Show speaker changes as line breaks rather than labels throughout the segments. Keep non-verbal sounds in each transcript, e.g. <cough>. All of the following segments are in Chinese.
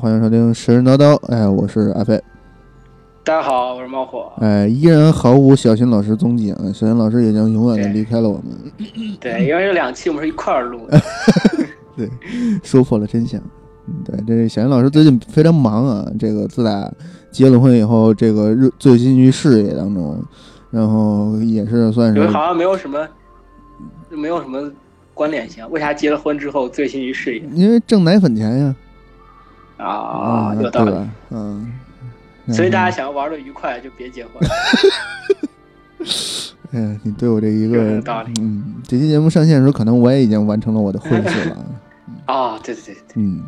哎收听《神神叨叨》，哎，我是阿飞，
大家好，我是猫火。
哎，依然毫无小新老师踪迹啊，小新老师也将永远的离开了我们，嗯
对，因为有两期我们是一块儿录的，
说破了真相。嗯，对，这小新老师最近非常忙啊，这个自打结了婚以后，这个热醉心于事业当中，然后也是算
因为
是
好像没有什么，没有什么关联性。为啥结了婚之后醉心于事业
因为挣奶粉钱呀，
啊？有道
对
理。
吧？嗯，
所以大
家，
家想要玩的愉快，就别结婚。
哎呀，你对我这一
有这
个
个道理，
嗯，这期节目上线的时候，可能我也已经完成了我的婚事了啊。
啊，对对对对，
嗯，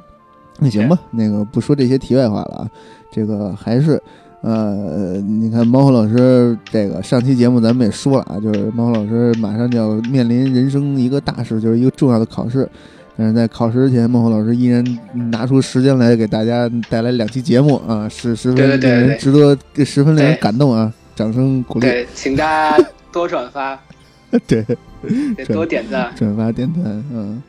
那行吧，那个不说这些题外话了啊，这个还是。呃，你看猫火老师这个上期节目咱们也说了啊，就是猫火老师马上就要面临人生一个大事，就是一个重要的考试。但是在考试之前，猫火老师依然拿出时间来给大家带来两期节目啊，是十分
对对
令
对
人
对
值得，十分令人
对
感动啊！掌声鼓励，
对，请大家多转
<laughs>
发，
对，
对
是
多点赞。
转发点赞，嗯，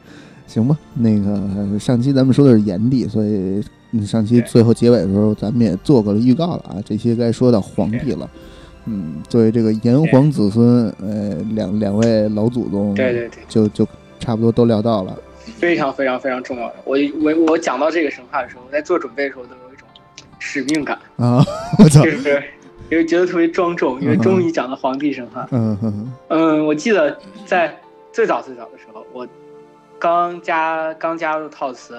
行吧。那个呃上期咱们说的是炎帝，所以嗯上期
对
最后结尾的时候，咱们也做过了预告了啊。这期该说到皇帝了，嗯，作为这个炎黄子孙，呃，两两位老祖宗，
对对对，
就就差不多都聊到了。
非常非常非常重要的。我我我讲到这个神话的时候，我在做准备的时候都有一种使命感，
啊， <laughs> 我操
就，是因为觉得特别庄重，因为终于讲到皇帝神话。
嗯哼，
嗯，我记得在最早最早的时候，我刚加刚加入套词，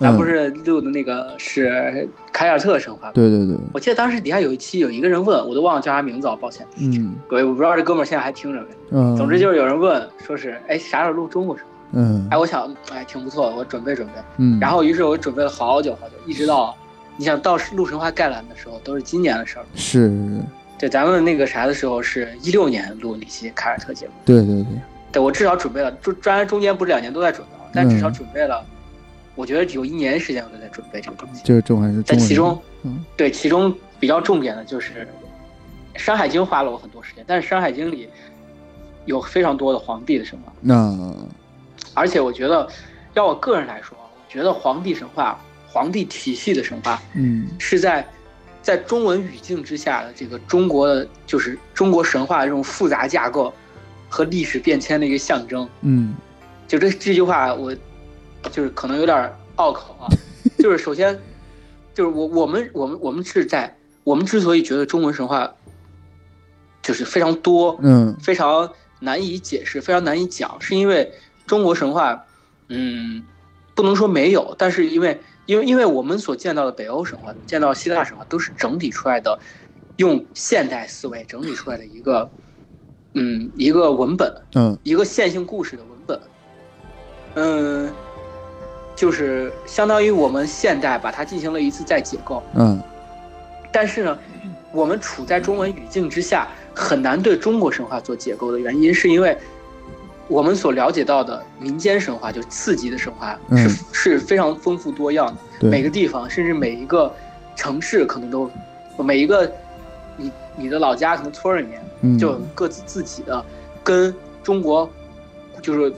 咱不
嗯，
是录的那个是凯尔特神话。
对对对，
我记得当时底下有一期有一个人问，我都忘了叫啥名字了，抱歉，
嗯
各位，我不知道这哥们儿现在还听着没。
嗯，
总之就是有人问，说是哎啥时候录中国神话？
嗯
哎，我想哎挺不错，我准备准备。
嗯，
然后于是我准备了好久好久，一直到你想到录神话概览的时候，都是今年的事儿。
是，是是
对，咱们那个啥的时候是一六年录那期凯尔特节目。
对对对，
对我至少准备了，就虽然中间不是两年都在准备啊，但至少
嗯
准备了，我觉得有一年时间我都在准备这个东西。
就是这还是
在
中国
其
人
中，
嗯
对其中比较重点的就是《山海经》花了我很多时间，但是《山海经》里有非常多的皇帝的神话，
那
而且我觉得，要我个人来说，啊我觉得皇帝神话、皇帝体系的神话
嗯
是在。在中文语境之下的这个中国的，就是中国神话的这种复杂架构和历史变迁的一个象征，
嗯
就这这句话我就是可能有点拗口啊，就是首先就是我我们我们我们是在我们之所以觉得中文神话就是非常多、
嗯
非常难以解释、非常难以讲，是因为中国神话，嗯，不能说没有，但是因为因为因为我们所见到的北欧神话、见到希腊神话都是整体出来的，用现代思维整理出来的一个，嗯，一个文本，
嗯
一个线性故事的文本，嗯，就是相当于我们现代把它进行了一次再解构，
嗯
但是呢，我们处在中文语境之下，很难对中国神话做解构的原因，是因为我们所了解到的民间神话，就是次级的神话，是、
嗯
是非常丰富多样的，
对，
每个地方甚至每一个城市可能都，每一个你你的老家可能村儿里面
嗯
就有各自自己的跟中国就是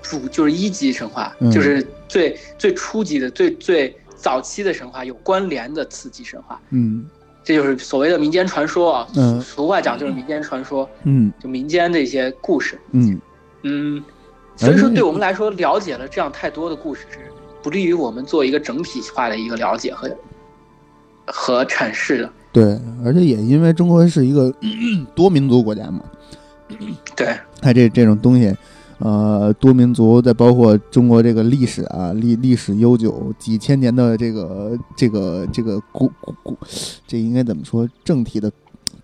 主就是一级神话，
嗯
就是最最初级的最最早期的神话有关联的次级神话，
嗯
这就是所谓的民间传说啊。
嗯
俗话讲就是民间传说，
嗯
就民间的一些故事。
嗯
嗯，所以说
哎
对我们来说，了解了这样太多的故事是不利于我们做一个整体化的一个了解和和阐释的。
对，而且也因为中国是一个多民族国家嘛，
对，
它这这种东西，呃，多民族再包括中国这个历史啊，历历史悠久，几千年的这个这个这个古古古，这应该怎么说？政体的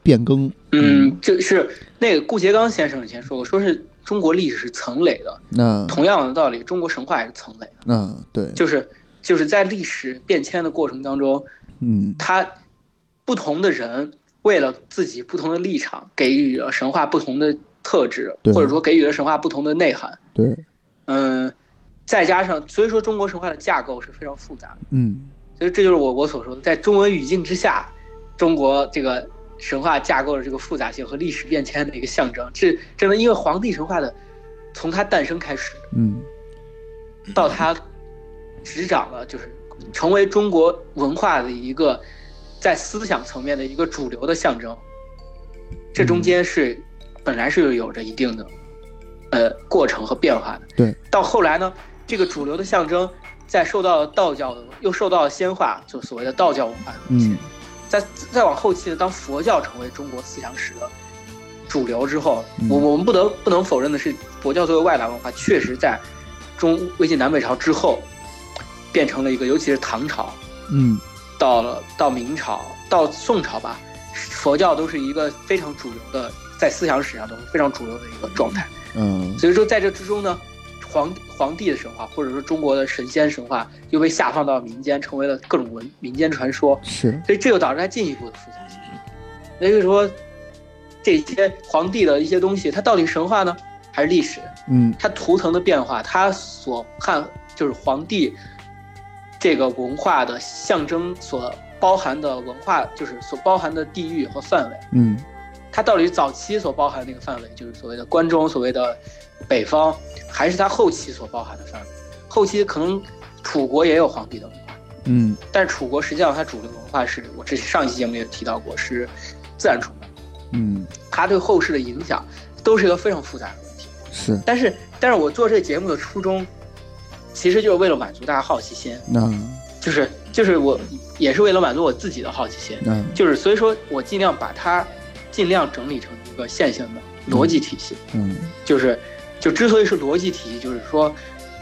变更，
嗯，就是那个顾颉刚先生以前说过，说是中国历史是层垒的，
那
同样的道理，中国神话也是层垒的，
那对，
就是就是在历史变迁的过程当中，
嗯
他不同的人为了自己不同的立场，给予了神话不同的特质，
对
或者说给予了神话不同的内涵。
对，
嗯，再加上所以说中国神话的架构是非常复杂的，
嗯
所以这就是我我所说的，在中文语境之下，中国这个神话架构的这个复杂性和历史变迁的一个象征。这真的，因为皇帝神话的从它诞生开始
嗯
到它执掌了，就是成为中国文化的一个在思想层面的一个主流的象征。这中间是本来是有着一定的呃过程和变化的。
对，
到后来呢，这个主流的象征在受到了道教的，又受到了仙化，就所谓的道教文化的东西。
嗯
再再往后期呢，当佛教成为中国思想史的主流之后，
嗯
我我们不得不能否认的是，佛教作为外来文化，确实在中魏晋南北朝之后，变成了一个，尤其是唐朝
嗯
到了到明朝到宋朝吧，佛教都是一个非常主流的，在思想史上都是非常主流的一个状态。
嗯
所以说，在这之中呢，皇皇帝的神话，或者说中国的神仙神话，又被下放到民间，成为了各种文民间传说。
是
所以这就导致它进一步的复杂性。那就是说，这些皇帝的一些东西，它到底神话呢，还是历史？
嗯
它图腾的变化，它所看就是皇帝这个文化的象征所包含的文化，就是所包含的地域和范围。
嗯
它到底早期所包含的那个范围，就是所谓的关中，所谓的北方，还是它后期所包含的范围？后期可能楚国也有皇帝的文化。
嗯
但是楚国实际上它主流文化是我之前上一期节目也提到过，是自然崇拜，
嗯
它对后世的影响都是一个非常复杂的问题。
是
但是，但是我做这个节目的初衷，其实就是为了满足大家好奇心，
那
就是就是我也是为了满足我自己的好奇心，
那
就是所以说我尽量把它尽量整理成一个线性的逻辑体系，
嗯
就是就之所以是逻辑体系，就是说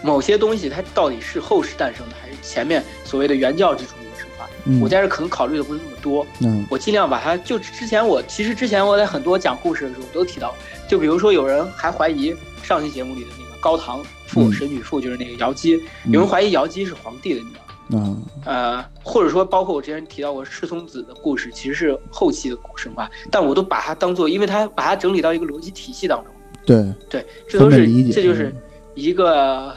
某些东西它到底是后世诞生的，还是前面所谓的原教旨主义的神话。
嗯
我在这可能考虑的不是那么多，
嗯
我尽量把它就之前我其实之前我在很多讲故事的时候都提到，就比如说有人还怀疑上期节目里的那个高唐
嗯
父神女父就是那个瑶姬，有人怀疑瑶姬是皇帝的女儿，
啊
呃，或者说包括我之前提到过赤松子的故事其实是后期的神话，但我都把它当做，因为它把它整理到一个逻辑体系当中，
对
对，这都
分
是
类理解嗯
这就是一个，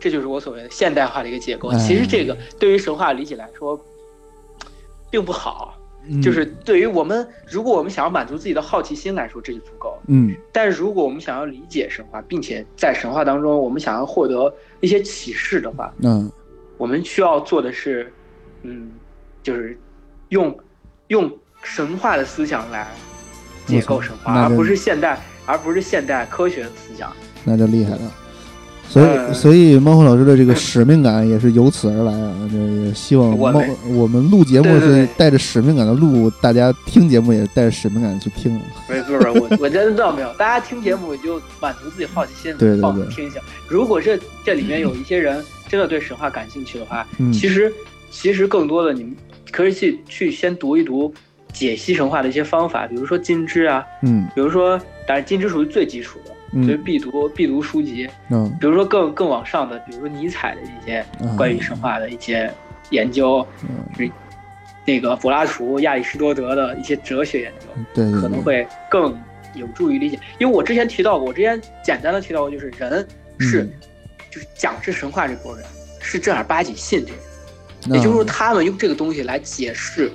这就是我所谓的现代化的一个结构。
哎
其实这个对于神话理解来说，并不好。
嗯
就是对于我们，如果我们想要满足自己的好奇心来说，这就足够了。
嗯
但是如果我们想要理解神话，并且在神话当中我们想要获得一些启示的话，
嗯
我们需要做的是，嗯，就是用用神话的思想来解构神话，
那
而
就
不是现代，而不是现代科学的思想。
那就厉害了。所以，
呃
所以猫和老师的这个使命感也是由此而来啊！这也希望
我
猫
们
我们录节目
对对
是
对
带着使命感的录，大家听节目也是带着使命感去听。
不是不 <laughs> 是，我我真的倒没有。大家听节目就满足自己好奇心，
对对
放
对
听一下。如果这这里面有一些人真的对神话感兴趣的话，
嗯
其实其实更多的你们可以去去先读一读解析神话的一些方法，比如说金枝啊，
嗯
比如说当然金枝属于最基础的，所以
嗯
必读必读书籍。
嗯
比如说更更往上的，比如说尼采的一些
嗯
关于神话的一些研究，是那个柏拉图、亚里士多德的一些哲学研究。
对对
可
对，
能会更有助于理解。因为我之前提到过，我之前简单的提到过，就是人是、
嗯
就是讲是神话这波人是正儿八经信这个，
那
也就是说他们用这个东西来解释，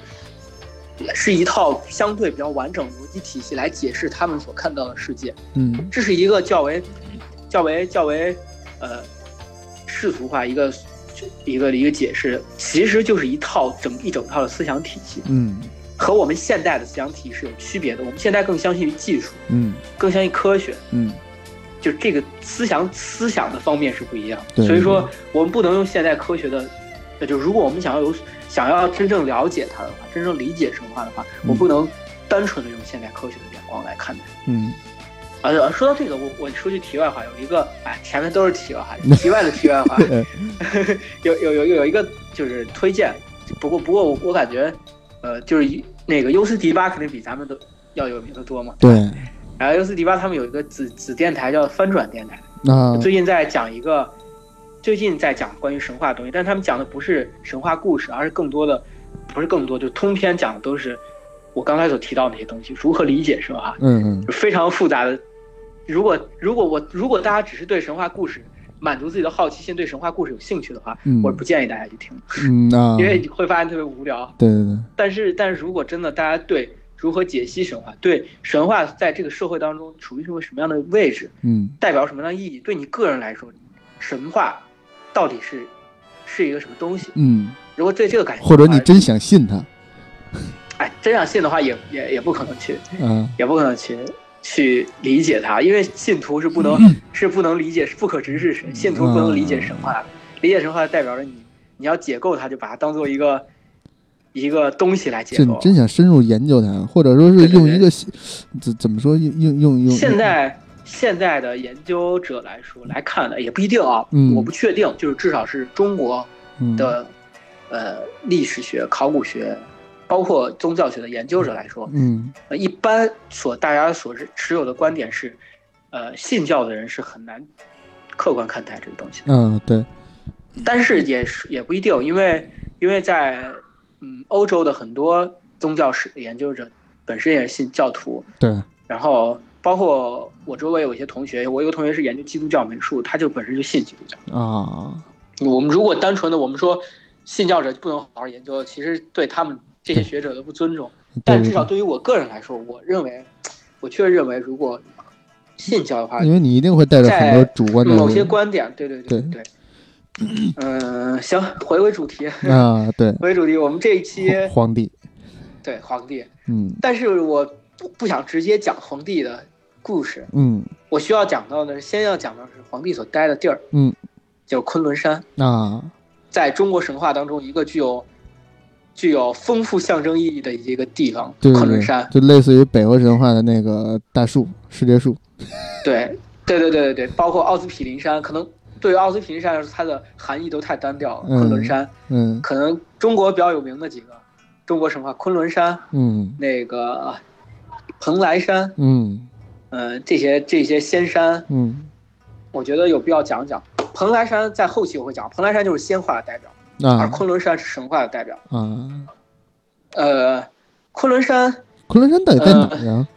是一套相对比较完整的逻辑体系来解释他们所看到的世界。
嗯
这是一个较为较为较为呃世俗化一个。一个一个解释，其实就是一套整一整套的思想体系，
嗯
和我们现代的思想体系是有区别的。我们现在更相信于技术，
嗯
更相信科学，
嗯
就这个思想思想的方面是不一样的。
对
所以说，我们不能用现代科学的，呃，就如果我们想要有想要真正了解它的话，真正理解神话的话，
嗯
我们不能单纯的用现代科学的眼光来看待。 <laughs>
嗯
呃，说到这个，我我说句题外话，有一个哎，前面都是题外话，题外的题外话，
嗯
<laughs> 有有有有一个就是推荐，不过不过我我感觉，呃，就是一那个优斯迪巴肯定比咱们都要有名的多嘛。
对，
然后优斯迪巴他们有一个子子电台叫翻转电台。
那
最近在讲一个，最近在讲关于神话的东西，但他们讲的不是神话故事，而是更多的，不是更多，就通篇讲的都是我刚才所提到的那些东西，如何理解神话，
嗯嗯
就非常复杂的。如果如果我如果大家只是对神话故事满足自己的好奇心，对神话故事有兴趣的话，
嗯
我是不建议大家去听，
嗯那
因
对
为你会发现特别无聊。
对对
但是，但是如果真的大家对如何解析神话，对神话在这个社会当中处于什么什么样的位置，
嗯
代表什么样的意义？对你个人来说，神话到底是是一个什么东西。
嗯，
如果对这个感兴趣
或
的话，
者你真想信他
哎真想信的话也，也也不可能去，
啊，
也不可能去去理解它，因为信徒是不能、
嗯
是不能理解是不可知是神，信徒不能理解神
嗯
话的，理解神话代表着你你要解构它，就把它当做一个一个东西来解
真
构。
真想深入研究他，或者说是
对对
用
对
一个西怎怎么说用用用用
现在现在的研究者来说来看的也不一定啊，
嗯
我不确定，就是至少是中国
嗯
的呃历史学、考古学，包括宗教学的研究者来说，
嗯
呃，一般所大家所持持有的观点是，呃，信教的人是很难客观看待这个东西的，
啊对
但是也是也不一定，因为因为在嗯欧洲的很多宗教史的研究者本身也是信教徒，
对
然后包括我周围有一些同学，我有个同学是研究基督教美术，他就本身就信基督教。
啊
我们如果单纯的我们说信教者不能好好研究，其实对他们这些学者的不尊重。
对
但至
对
少
对
对于我个人来说，我认为，我确实认为，如果信教的话，
因为你一定会带着很多
在
主观的
某些观点，对对对
对
对，嗯、行，回归主题，
啊对
回归主题，我们这一期
皇帝
对皇帝，
嗯
但是我不不想直接讲皇帝的故事，
嗯
我需要讲到的是，先要讲到的是皇帝所待的地儿，
嗯，
就是昆仑山，
啊
在中国神话当中一个具有具有丰富象征意义的一个地方，
对
昆
对
仑
对
山，，
就类似于北欧神话的那个大树世界树
对，对对对对对，包括奥斯匹林山，可能对于奥斯匹林山来说，它的含义都太单调了。
嗯
昆仑山
嗯
可能中国比较有名的几个，中国神话昆仑山，
嗯
那个蓬莱山，
嗯
嗯、这些这些仙山，
嗯
我觉得有必要讲一讲。蓬莱山在后期我会讲，蓬莱山就是仙化的代表。而
啊
昆仑山是神话的代表。
啊
呃，昆仑山，
昆仑山到底在
呃
哪儿啊呀？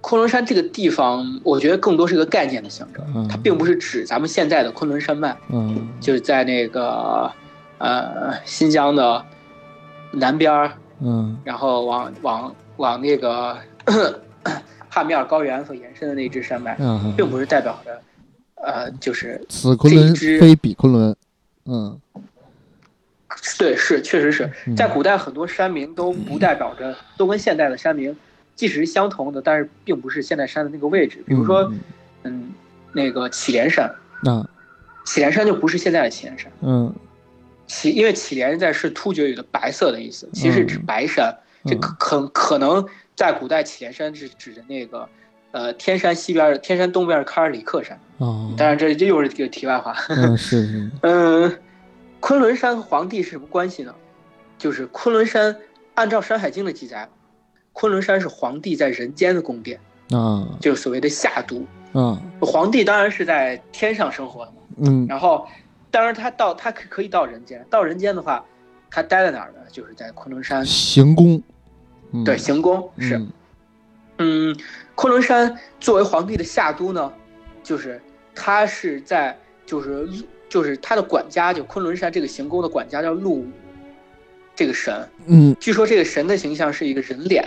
昆仑山这个地方，我觉得更多是一个概念的象征，
啊
它并不是指咱们现在的昆仑山脉，
啊
就是在那个呃新疆的南边儿，
嗯
然后往往往那个咳咳帕米尔高原所延伸的那一支山脉，
啊
并不是代表着呃就是
此昆仑
这一只
非彼昆仑嗯
对，是确实是
嗯
在古代很多山名都不代表着，都跟现代的山名即使是相同的，但是并不是现代山的那个位置。比如说，
嗯
嗯，那个祁连山，
嗯啊
祁连山就不是现在的祁连山，
嗯
祁因为祁连在是突厥语的白色的意思，其实是指白山。这
嗯
可可可能在古代祁连山是指的那个，呃，天山西边的天山东边的喀尔里克山。
哦
当然这，这又是这个题外话。 <laughs>
嗯是是
嗯，昆仑山和黄帝是什么关系呢？就是昆仑山，按照《山海经》的记载，昆仑山是黄帝在人间的宫殿，
啊
就是所谓的下都。
啊
黄帝当然是在天上生活的嘛，
嗯
然后，当然他到他可可以到人间，到人间的话，他待在哪儿呢？就是在昆仑山，
行宫嗯
对，行宫是。
嗯
嗯，昆仑山作为皇帝的夏都呢，就是他是在就是就是他的管家，就昆仑山这个行宫的管家叫陆武，这个神，
嗯
据说这个神的形象是一个人脸，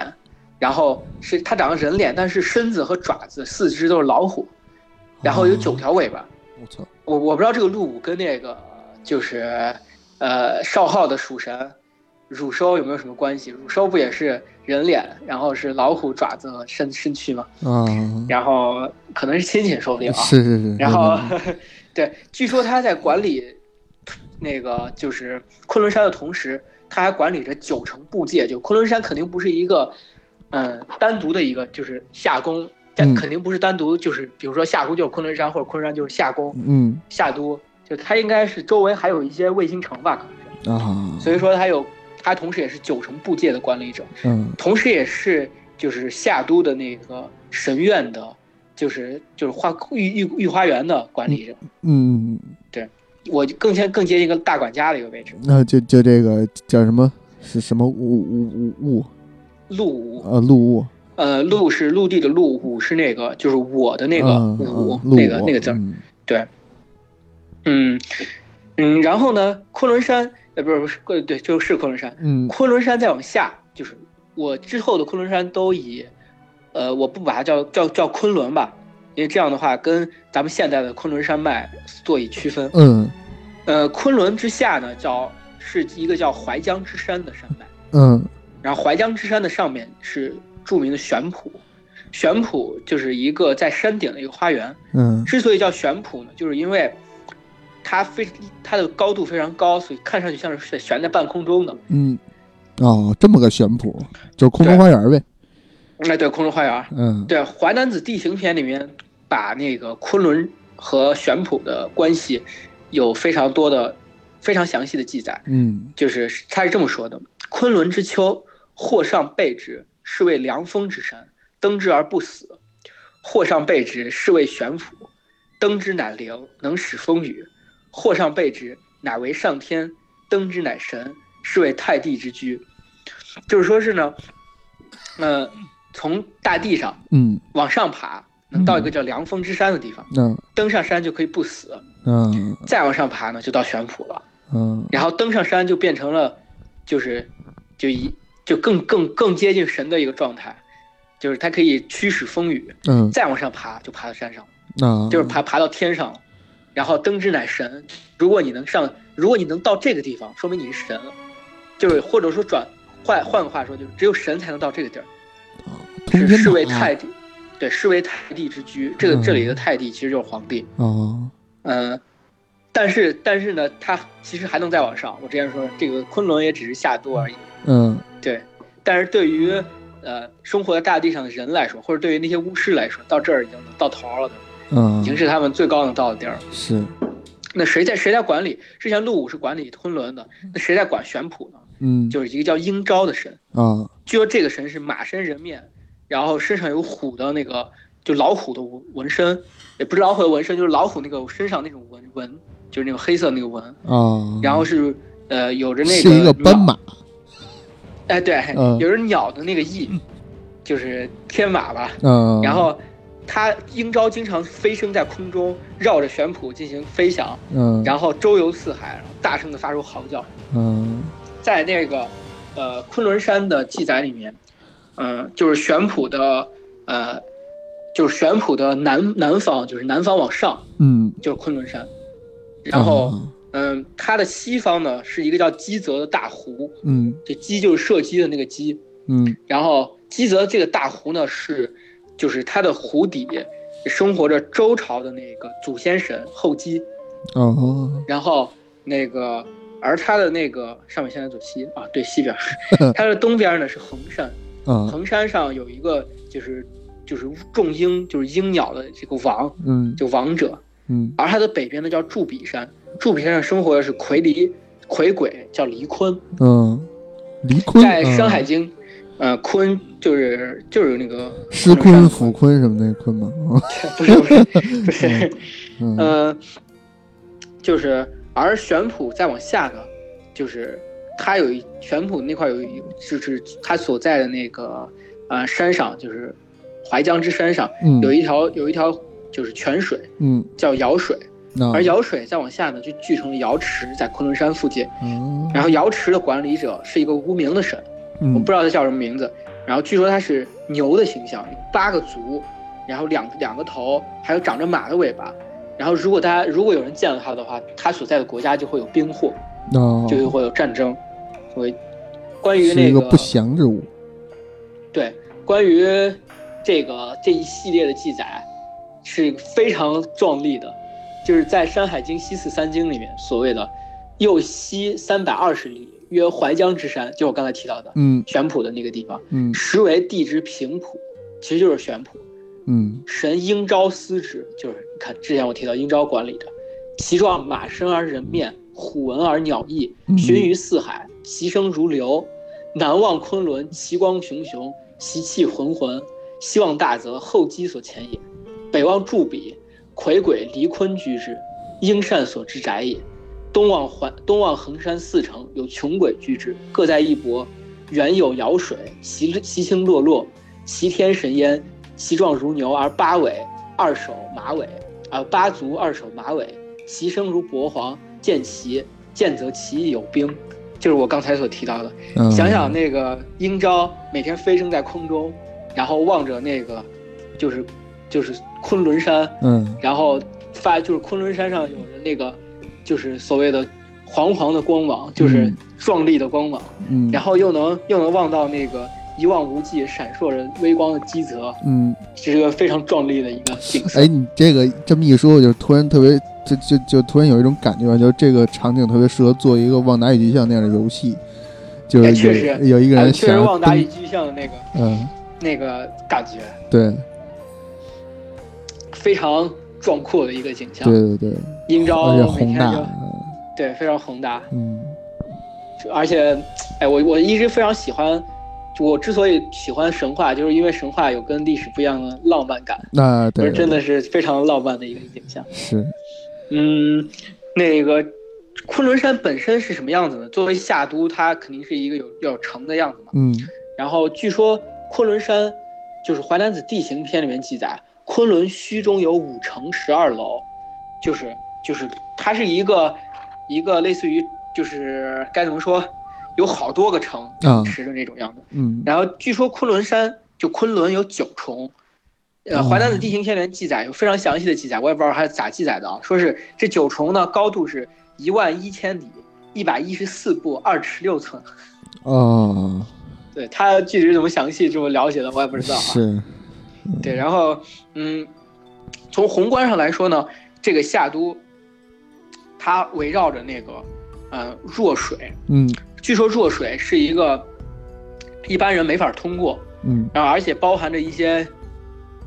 然后是他长得人脸，但是身子和爪子、四肢都是老虎，然后有
哦
九条尾巴。
我操
我我不知道这个陆武跟那个就是呃少昊的蜀神乳收有没有什么关系？乳收不也是人脸，然后是老虎爪子和身身躯吗？
啊
然后可能是亲戚，说不定啊。
是是是
然后
嗯，
<laughs> 对，据说他在管理那个就是昆仑山的同时，他还管理着九城部界。就昆仑山肯定不是一个，嗯，单独的一个就是夏宫，但
嗯
肯定不是单独就是比如说夏宫就是昆仑山，或者昆仑山就是夏宫、
嗯
夏都，就它应该是周围还有一些卫星城吧，可能是。
啊
所以说它有，它同时也是九城部界的管理者。
嗯
同时也是就是夏都的那个神院的，就是就是花御御御花园的管理者，
嗯
我就更接更接近一个大管家的一个位置。
那就就这个叫什么是什么物物物物
陆武，
呃陆物
呃，陆是陆地的陆，武是那个就是我的那个
嗯
武，
嗯陆
那个
武
那个字儿，
嗯
对，嗯嗯，然后呢，昆仑山，呃，不是不是，呃对，就是昆仑山，
嗯
昆仑山再往下，就是我之后的昆仑山都以，呃，我不把它叫叫叫昆仑吧，因为这样的话跟咱们现在的昆仑山脉做以区分。
嗯
呃，昆仑之下呢，叫是一个叫怀江之山的山脉，
嗯
然后怀江之山的上面是著名的玄圃，玄圃就是一个在山顶的一个花园。
嗯
之所以叫悬圃呢，就是因为它非它的高度非常高，所以看上去像是悬在半空中的。
嗯，哦，这么个玄圃，就是空中
对
花园呗。
哎，对，空中花园。
嗯
对，《淮南子·地形篇》里面把那个昆仑和悬圃的关系有非常多的、非常详细的记载。
嗯
就是他是这么说的：“昆仑之丘，或上备之，是谓凉风之山，登之而不死；或上备之，是谓玄圃，登之乃灵，能使风雨；或上备之，乃为上天，登之乃神，是谓太地之居。”就是说是呢，呃，从大地上
嗯，
往上爬，能到一个叫凉风之山的地方，
那
登上山就可以不死；
嗯
再往上爬呢，就到玄圃了。
嗯
然后登上山就变成了，就是，就一就更更更接近神的一个状态，就是它可以驱使风雨，
嗯，
再往上爬就爬到山上了，
那
就是爬爬到天上了，然后登之乃神。如果你能上，如果你能到这个地方，说明你是神了，就是或者说转换换个话说，就是只有神才能到这个地儿，
通
是
天
是为
塔
太地，对，是为太地之居。这个这里的
啊嗯
太地其实就是皇帝，
哦，
嗯，但是但是呢，它其实还能再往上。我之前说这个昆仑也只是下渡而已。
嗯
对，但是对于呃生活在大地上的人来说，或者对于那些巫师来说，到这儿已经到头了，对吧已
嗯
经是他们最高能到的地儿了。
是
那谁在谁在管理？之前陆武是管理昆仑的，那谁在管玄圃呢？
嗯
就是一个叫英昭的神，
啊
据说这个神是马身人面，然后身上有虎的那个，就老虎的纹纹身，也不是老虎的纹身，就是老虎那个身上那种纹纹，就是那种黑色那个纹。
啊，
然后是呃有着那
是一
个
个斑马，
哎对，
嗯
有着鸟的那个翼，就是天马吧。
嗯，
然后它鹰昭经常飞升在空中，绕着玄圃进行飞翔，
嗯，
然后周游四海，然后大声的发出嚎叫。
嗯
在那个呃昆仑山的记载里面，嗯、就是玄圃的呃。就是玄圃的南南方，就是南方往上
嗯，
就是昆仑山，然后
哦
嗯，它的西方呢是一个叫基泽的大湖，
嗯
这鸡就是射击的那个鸡，
嗯
然后鸡泽这个大湖呢是，就是它的湖底生活着周朝的那个祖先神后姬，
哦
然后那个而它的那个上面现在走西啊，对西
<laughs>
边，它的东边呢是衡山，
啊
衡山上有一个就是就是众鹰就是鹰鸟的这个王，
嗯
就王者，
嗯
而它的北边呢叫祝比山，祝比山上生活的是魁离魁鬼，叫离坤。
嗯，离坤
在《山海
嗯
经》，呃，坤就是就是那个
师坤、辅坤什么那坤嘛，
<laughs> 不是不是不是，
嗯嗯
呃，就是而玄圃再往下呢，就是它有一玄圃那块有一就是它所在的那个呃山上，就是淮江之山上
嗯
有一条有一条就是泉水
嗯，
叫瑶水，
那
而瑶水再往下呢就聚成了瑶池，在昆仑山附近，
嗯
然后瑶池的管理者是一个无名的神。我
嗯
不知道它叫什么名字。然后据说它是牛的形象，有八个足，然后两两个头，还有长着马的尾巴。然后如果大家如果有人见到它的话，它所在的国家就会有兵祸，
那
就会有战争。所以，关于
哦是
那
一
个
个不祥之物，
对关于这个这一系列的记载啊是非常壮丽的，就是在《山海经·西四三经》里面所谓的“右西三百二十里，曰淮江之山”，就我刚才提到的
嗯
玄圃的那个地方。
嗯
实为地之平谱，其实就是玄圃。
嗯
神应昭司之，就是你看之前我提到应昭管理的，其状马身而人面，虎纹而鸟翼，
嗯
巡于四海，其声如流。南望昆仑，其光熊熊，其气浑浑。西望大泽，后姬所潜也；北望祝比，魁鬼离坤居之，应善所之宅也。东望环，东望衡山四城，有穷鬼居之，各在一国。原有尧水，其其清落落，其天神焉，其状如牛而八尾，二手马尾，啊、八足二手马尾，其声如伯黄，见其见则其义有兵，就是我刚才所提到的。
嗯，
想想那个鹰昭每天飞升在空中，然后望着那个，就是就是昆仑山，
嗯
然后发就是昆仑山上有着那个就是所谓的煌煌的光芒，就是
嗯
壮丽的光芒，
嗯，
然后又能又能望到那个一望无际闪烁着微光的基泽，
嗯，
这是一个非常壮丽的一个景色。
哎，你这个这么一说，我就突然特别，就就就突然有一种感觉吧，就是这个场景特别适合做一个《旺达与巨像》那样的游戏，就
哎
是
确
有有一个
哎
人
确实，
想要
旺达与
登，
巨像的那个
嗯，
那个感觉，
对
非常壮阔的一个景象。
对对对，
英
而
招
且
哦每
宏
天
大，
就对非常宏大，
嗯
就而且，哎，我我一直非常喜欢，就我之所以喜欢神话，就是因为神话有跟历史不一样的浪漫感，
那
就是
对，
真
对
的是非常浪漫的一个景象。
是，
嗯，那个昆仑山本身是什么样子呢？作为夏都，它肯定是一个有有城的样子嘛。
嗯
然后据说昆仑山，就是《淮南子·地形篇》里面记载，昆仑虚中有五城十二楼，就是就是它是一个一个类似于就是该怎么说，有好多个城
啊
池的那种样子。
嗯
然后据说昆仑山就昆仑有九重。呃，
哦
《淮南子·地形篇》里面记载有非常详细的记载，我也不知道它咋记载的啊。说是这九重呢，高度是一万一千里，一百一十四步，二尺六寸，
哦，
对他具体是怎么详细这么了解的，我也不知道啊。
是，
对，然后嗯，从宏观上来说呢，这个夏都，它围绕着那个呃弱水，
嗯
据说弱水是一个一般人没法通过，
嗯
然后而且包含着一些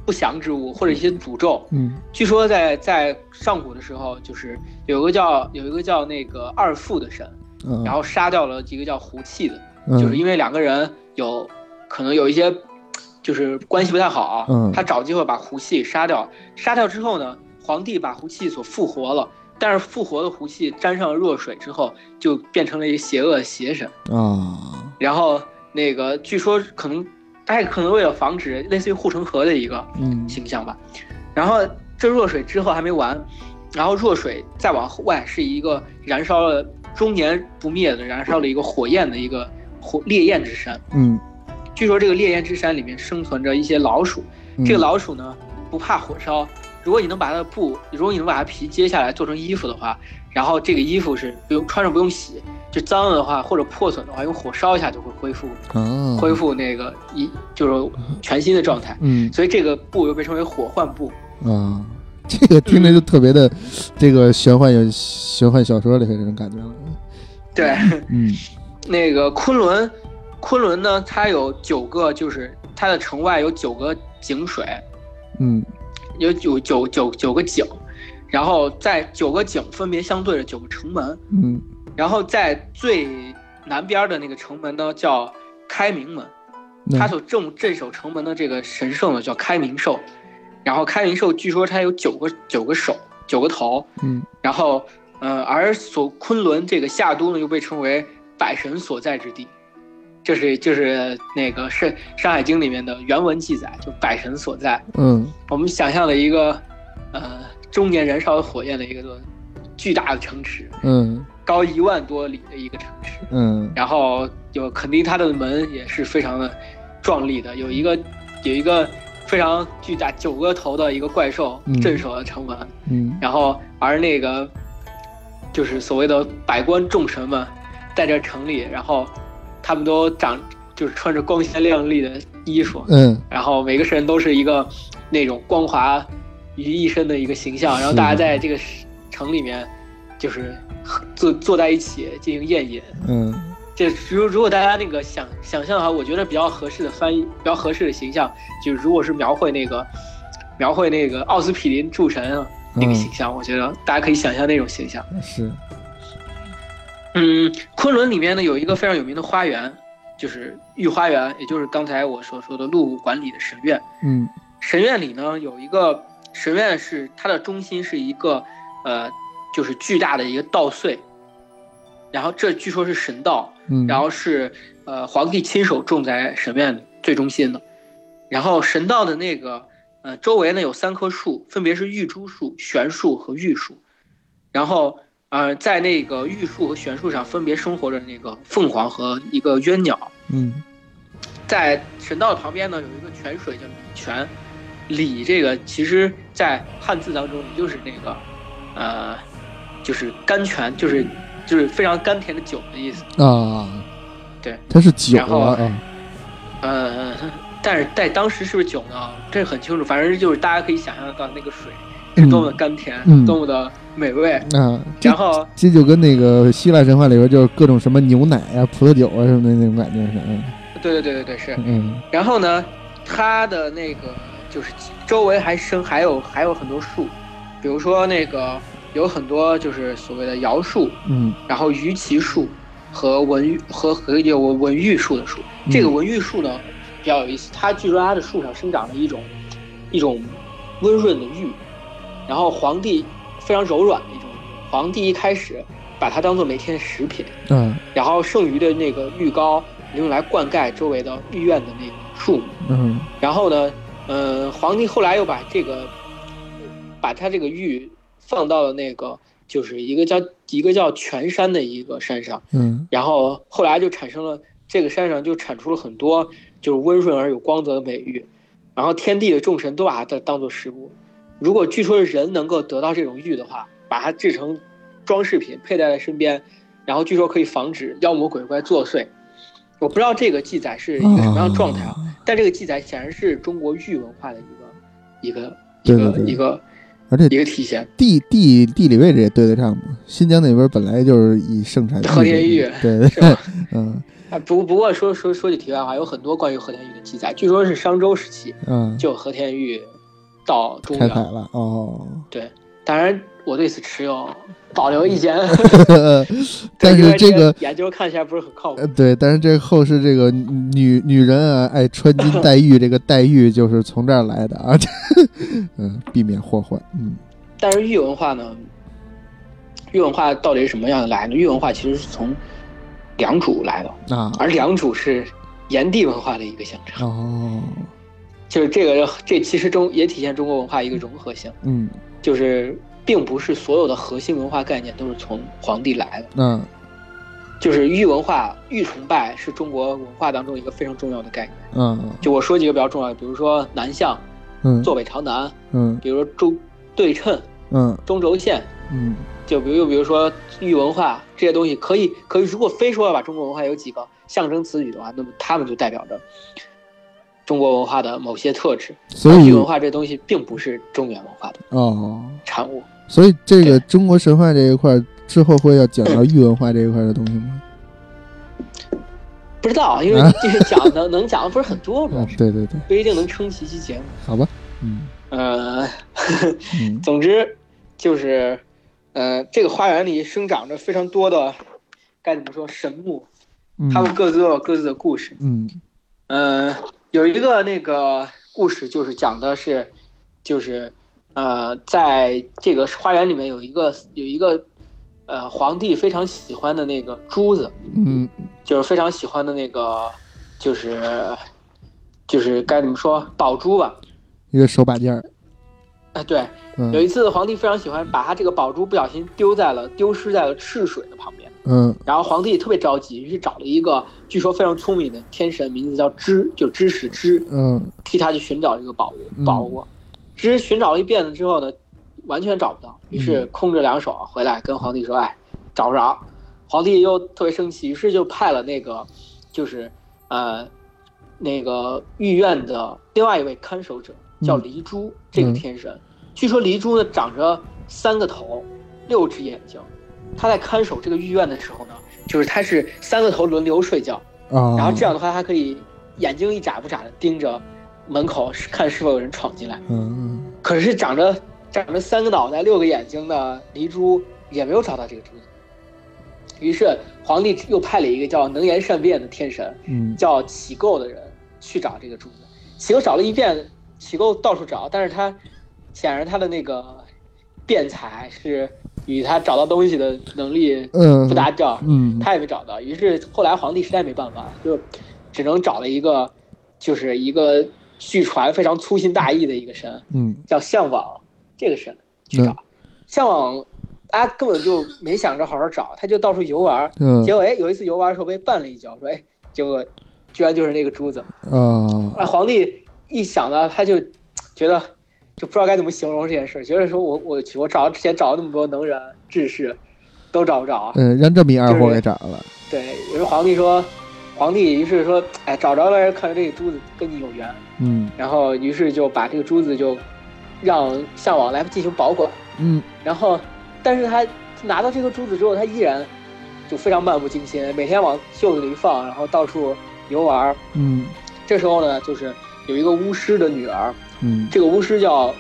不祥之物或者一些诅咒。
嗯
据说在在上古的时候，就是有一个叫有一个叫那个二父的神，
嗯，
然后杀掉了一个叫胡气的，
嗯
就是因为两个人有可能有一些就是关系不太好，啊
嗯
他找机会把胡气杀掉，杀掉之后呢，皇帝把胡气所复活了，但是复活的胡气沾上了弱水之后，就变成了一个邪恶的邪神，
啊
然后那个据说可能他也可能为了防止类似于护城河的一个
嗯
形象吧，然后这弱水之后还没完。然后弱水再往外是一个燃烧了终年不灭的燃烧了一个火焰的一个火烈焰之山，
嗯，
据说这个烈焰之山里面生存着一些老鼠，这个
嗯
老鼠呢不怕火烧，如果你能把它的布，如果你能把它皮揭下来做成衣服的话，然后这个衣服是不用穿上不用洗，就脏了的话或者破损的话，用火烧一下就会恢复
啊
恢复那个一就是全新的状态，
嗯
所以这个布又被称为火幻布。嗯
<laughs>
啊，这个听着就特别的，这个玄幻有玄幻小说里的这种感觉了。
对， <laughs>
嗯
那个昆仑，昆仑呢，它有九个，就是它的城外有九个井水，
嗯
有九九九九个井，然后在九个井分别相对着九个城门，
嗯
然后在最南边的那个城门呢叫开明门，
那
他所镇镇守城门的这个神圣呢叫开明兽，然后开明兽据说它有九个九个手九个头，
嗯
然后呃而所昆仑这个夏都呢又被称为百神所在之地。这是就是那个《是《山海经》里面的原文记载，就百神所在。
嗯
我们想象了一个，呃，中年燃烧火焰的一个巨大的城池，
嗯
高一万多里的一个城池，
嗯
然后有肯定它的门也是非常的壮丽的，有一个有一个非常巨大九个头的一个怪兽
嗯
镇守了城门，
嗯
然后而那个就是所谓的百官众神们在这城里，然后他们都长就是穿着光鲜亮丽的衣服，
嗯
然后每个神都是一个那种光滑于一身的一个形象，
是
然后大家在这个城里面就是坐坐在一起进行宴饮。
嗯
这如如果大家那个想想象的话，我觉得比较合适的翻译，比较合适的形象，就是如果是描绘那个描绘那个奥斯匹林诸神啊那个形象，我觉得大家可以想象那种形象。
是
嗯，昆仑里面呢有一个非常有名的花园，就是御花园，也就是刚才我所说的陆武管理的神院。
嗯
神院里呢有一个神院是它的中心是一个呃就是巨大的一个稻穗，然后这据说是神稻，
嗯，
然后是呃皇帝亲手种在神院最中心的，然后神道的那个呃周围呢有三棵树，分别是玉珠树、悬树和玉树，然后呃在那个玉树和悬树上分别生活着那个凤凰和一个鸳鸟，
嗯
在神道的旁边呢有一个泉水叫礼泉，礼这个其实在汉字当中也就是那个呃就是甘泉，就是就是非常甘甜的酒的意思。
啊，
对，
它是酒
然后嗯
啊啊，
呃，但是在当时是不是酒呢？这很清楚，反正就是大家可以想象到那个水是多么的甘甜，
嗯嗯
多么的美味。
啊，这
然后
这就跟那个希腊神话里边就是各种什么牛奶啊、葡萄酒啊什么的那种感觉似的，嗯
对对对对对是。
嗯
然后呢，它的那个就是周围还生还有还有很多树，比如说那个有很多就是所谓的摇树，
嗯
然后榆奇树和文榆和和有文榆树的树。
嗯
这个文榆树呢比较有意思，它据说它的树上生长了一种一种温润的玉，然后皇帝非常柔软的一种玉。皇帝一开始把它当做每天的食品，
啊
然后剩余的那个玉膏用来灌溉周围的御苑的那个树木。
嗯
然后呢，呃，皇帝后来又把这个，把他这个玉放到了那个，就是一个叫一个叫全山的一个山上，
嗯
然后后来就产生了这个山上就产出了很多就是温润而有光泽的美玉，然后天地的众神都把它当做食物。如果据说人能够得到这种玉的话，把它制成装饰品佩戴在身边，然后据说可以防止妖魔鬼怪作祟。我不知道这个记载是一个什么样的状态啊，
哦
但这个记载显然是中国玉文化的一个一
对
个一个
对对
一个
而且
一个体现。
地地地理位置也对得上嘛。新疆那边本来就是以盛产
和田玉
对对
是吧，
<laughs> 嗯
啊，不不过说说说句题外话，有很多关于和田玉的记载，据说是商周时期
嗯，
就有和田玉到中
开采
原。
了
<laughs>
哦。 <laughs>
当然，我对此持有保留意见，
<laughs> 但是这
<laughs> 因为
个
研究看起来不是很靠谱
呃，。对，但是这后世这个女女人啊，爱穿金戴玉，这个戴玉就是从这儿来的啊，这 <laughs> 嗯，避免祸患，嗯
但是玉文化呢，玉文化到底是什么样的来呢？玉文化其实是从良渚来的，
啊，
而良渚是炎帝文化的一个象征，
哦，
就是这个这其实中也体现中国文化一个融合性，
嗯
就是并不是所有的核心文化概念都是从皇帝来的，
那
就是玉文化、玉崇拜是中国文化当中一个非常重要的概念。
嗯
就我说几个比较重要的，比如说南向、
嗯
坐北朝南，
嗯
比如说中对称、
嗯
中轴线，
嗯
就比如又比如说玉文化这些东西，可以可以，如果非说要把中国文化有几个象征词语的话，那么它们就代表着中国文化的某些特质。
所以
玉文化这东西并不是中原文化的
哦，
产物，
所以这个
对
中国神话这一块儿之后会要讲到玉文化这一块儿的东西吗？
不知道，因为
啊
这个讲的 <laughs> 能讲的不是很多，主要
嗯
<laughs> 是，
对对对，
不一定能撑起一期节目。
好吧，嗯
呃， <laughs>
嗯
总之就是，呃，这个花园里生长着非常多的，该怎么说神木，
嗯
他们各自都有各自的故事。
嗯
呃，有一个那个故事，就是讲的是，就是呃，在这个花园里面有一个有一个呃皇帝非常喜欢的那个珠子，
嗯
就是非常喜欢的那个，就是就是该怎么说宝珠吧？
一个手把件儿，
啊，对，
嗯
有一次皇帝非常喜欢把他这个宝珠不小心丢在了丢失在了赤水的旁边，
嗯
然后皇帝特别着急，于是找了一个据说非常聪明的天神，名字叫知，就知识知，
嗯
替他去寻找这个宝
嗯
物宝物。只是寻找了一遍了之后呢，完全找不到，于是
嗯
空着两手回来跟皇帝说：“哎，找不着。”皇帝又特别生气，于是就派了那个，就是呃，那个御苑的另外一位看守者叫
嗯
黎珠，这个
嗯
天神。据说黎珠呢长着三个头，六只眼睛。他在看守这个御苑的时候呢，就是他是三个头轮流睡觉，
啊，
嗯
然后这样的话，他可以眼睛一眨不眨的盯着门口，是看是否有人闯进来。
嗯
可是长着长着三个脑袋、六个眼睛的黎珠也没有找到这个珠子。于是皇帝又派了一个叫能言善辩的天神，
嗯
叫启构的人去找这个珠子。启构找了一遍，启构到处找，但是他显然他的那个辩才是与他找到东西的能力
嗯
不搭调儿。
嗯
他也没找到。于是后来皇帝实在没办法，就只能找了一个，就是一个据传非常粗心大意的一个神，
嗯
叫向往这个神去找。向往，他根本就没想着好好找，他就到处游玩儿。
嗯
结果哎，有一次游玩儿的时候被绊了一跤，说哎，结果居然就是那个珠子。
啊
啊，皇帝一想到他就觉得就不知道该怎么形容这件事，觉得说我我去我找之前找了那么多能人，志士都找不着啊。
嗯，让这么一二货给找了。
对，有时皇帝说，皇帝于是说，哎，找着了，看来这个珠子跟你有缘，
嗯
然后于是就把这个珠子就让向往来进行保管，
嗯，
然后，但是他拿到这个珠子之后，他依然就非常漫不经心，每天往袖子里放，然后到处游玩儿。
嗯
这时候呢，就是有一个巫师的女儿，
嗯
这个巫师叫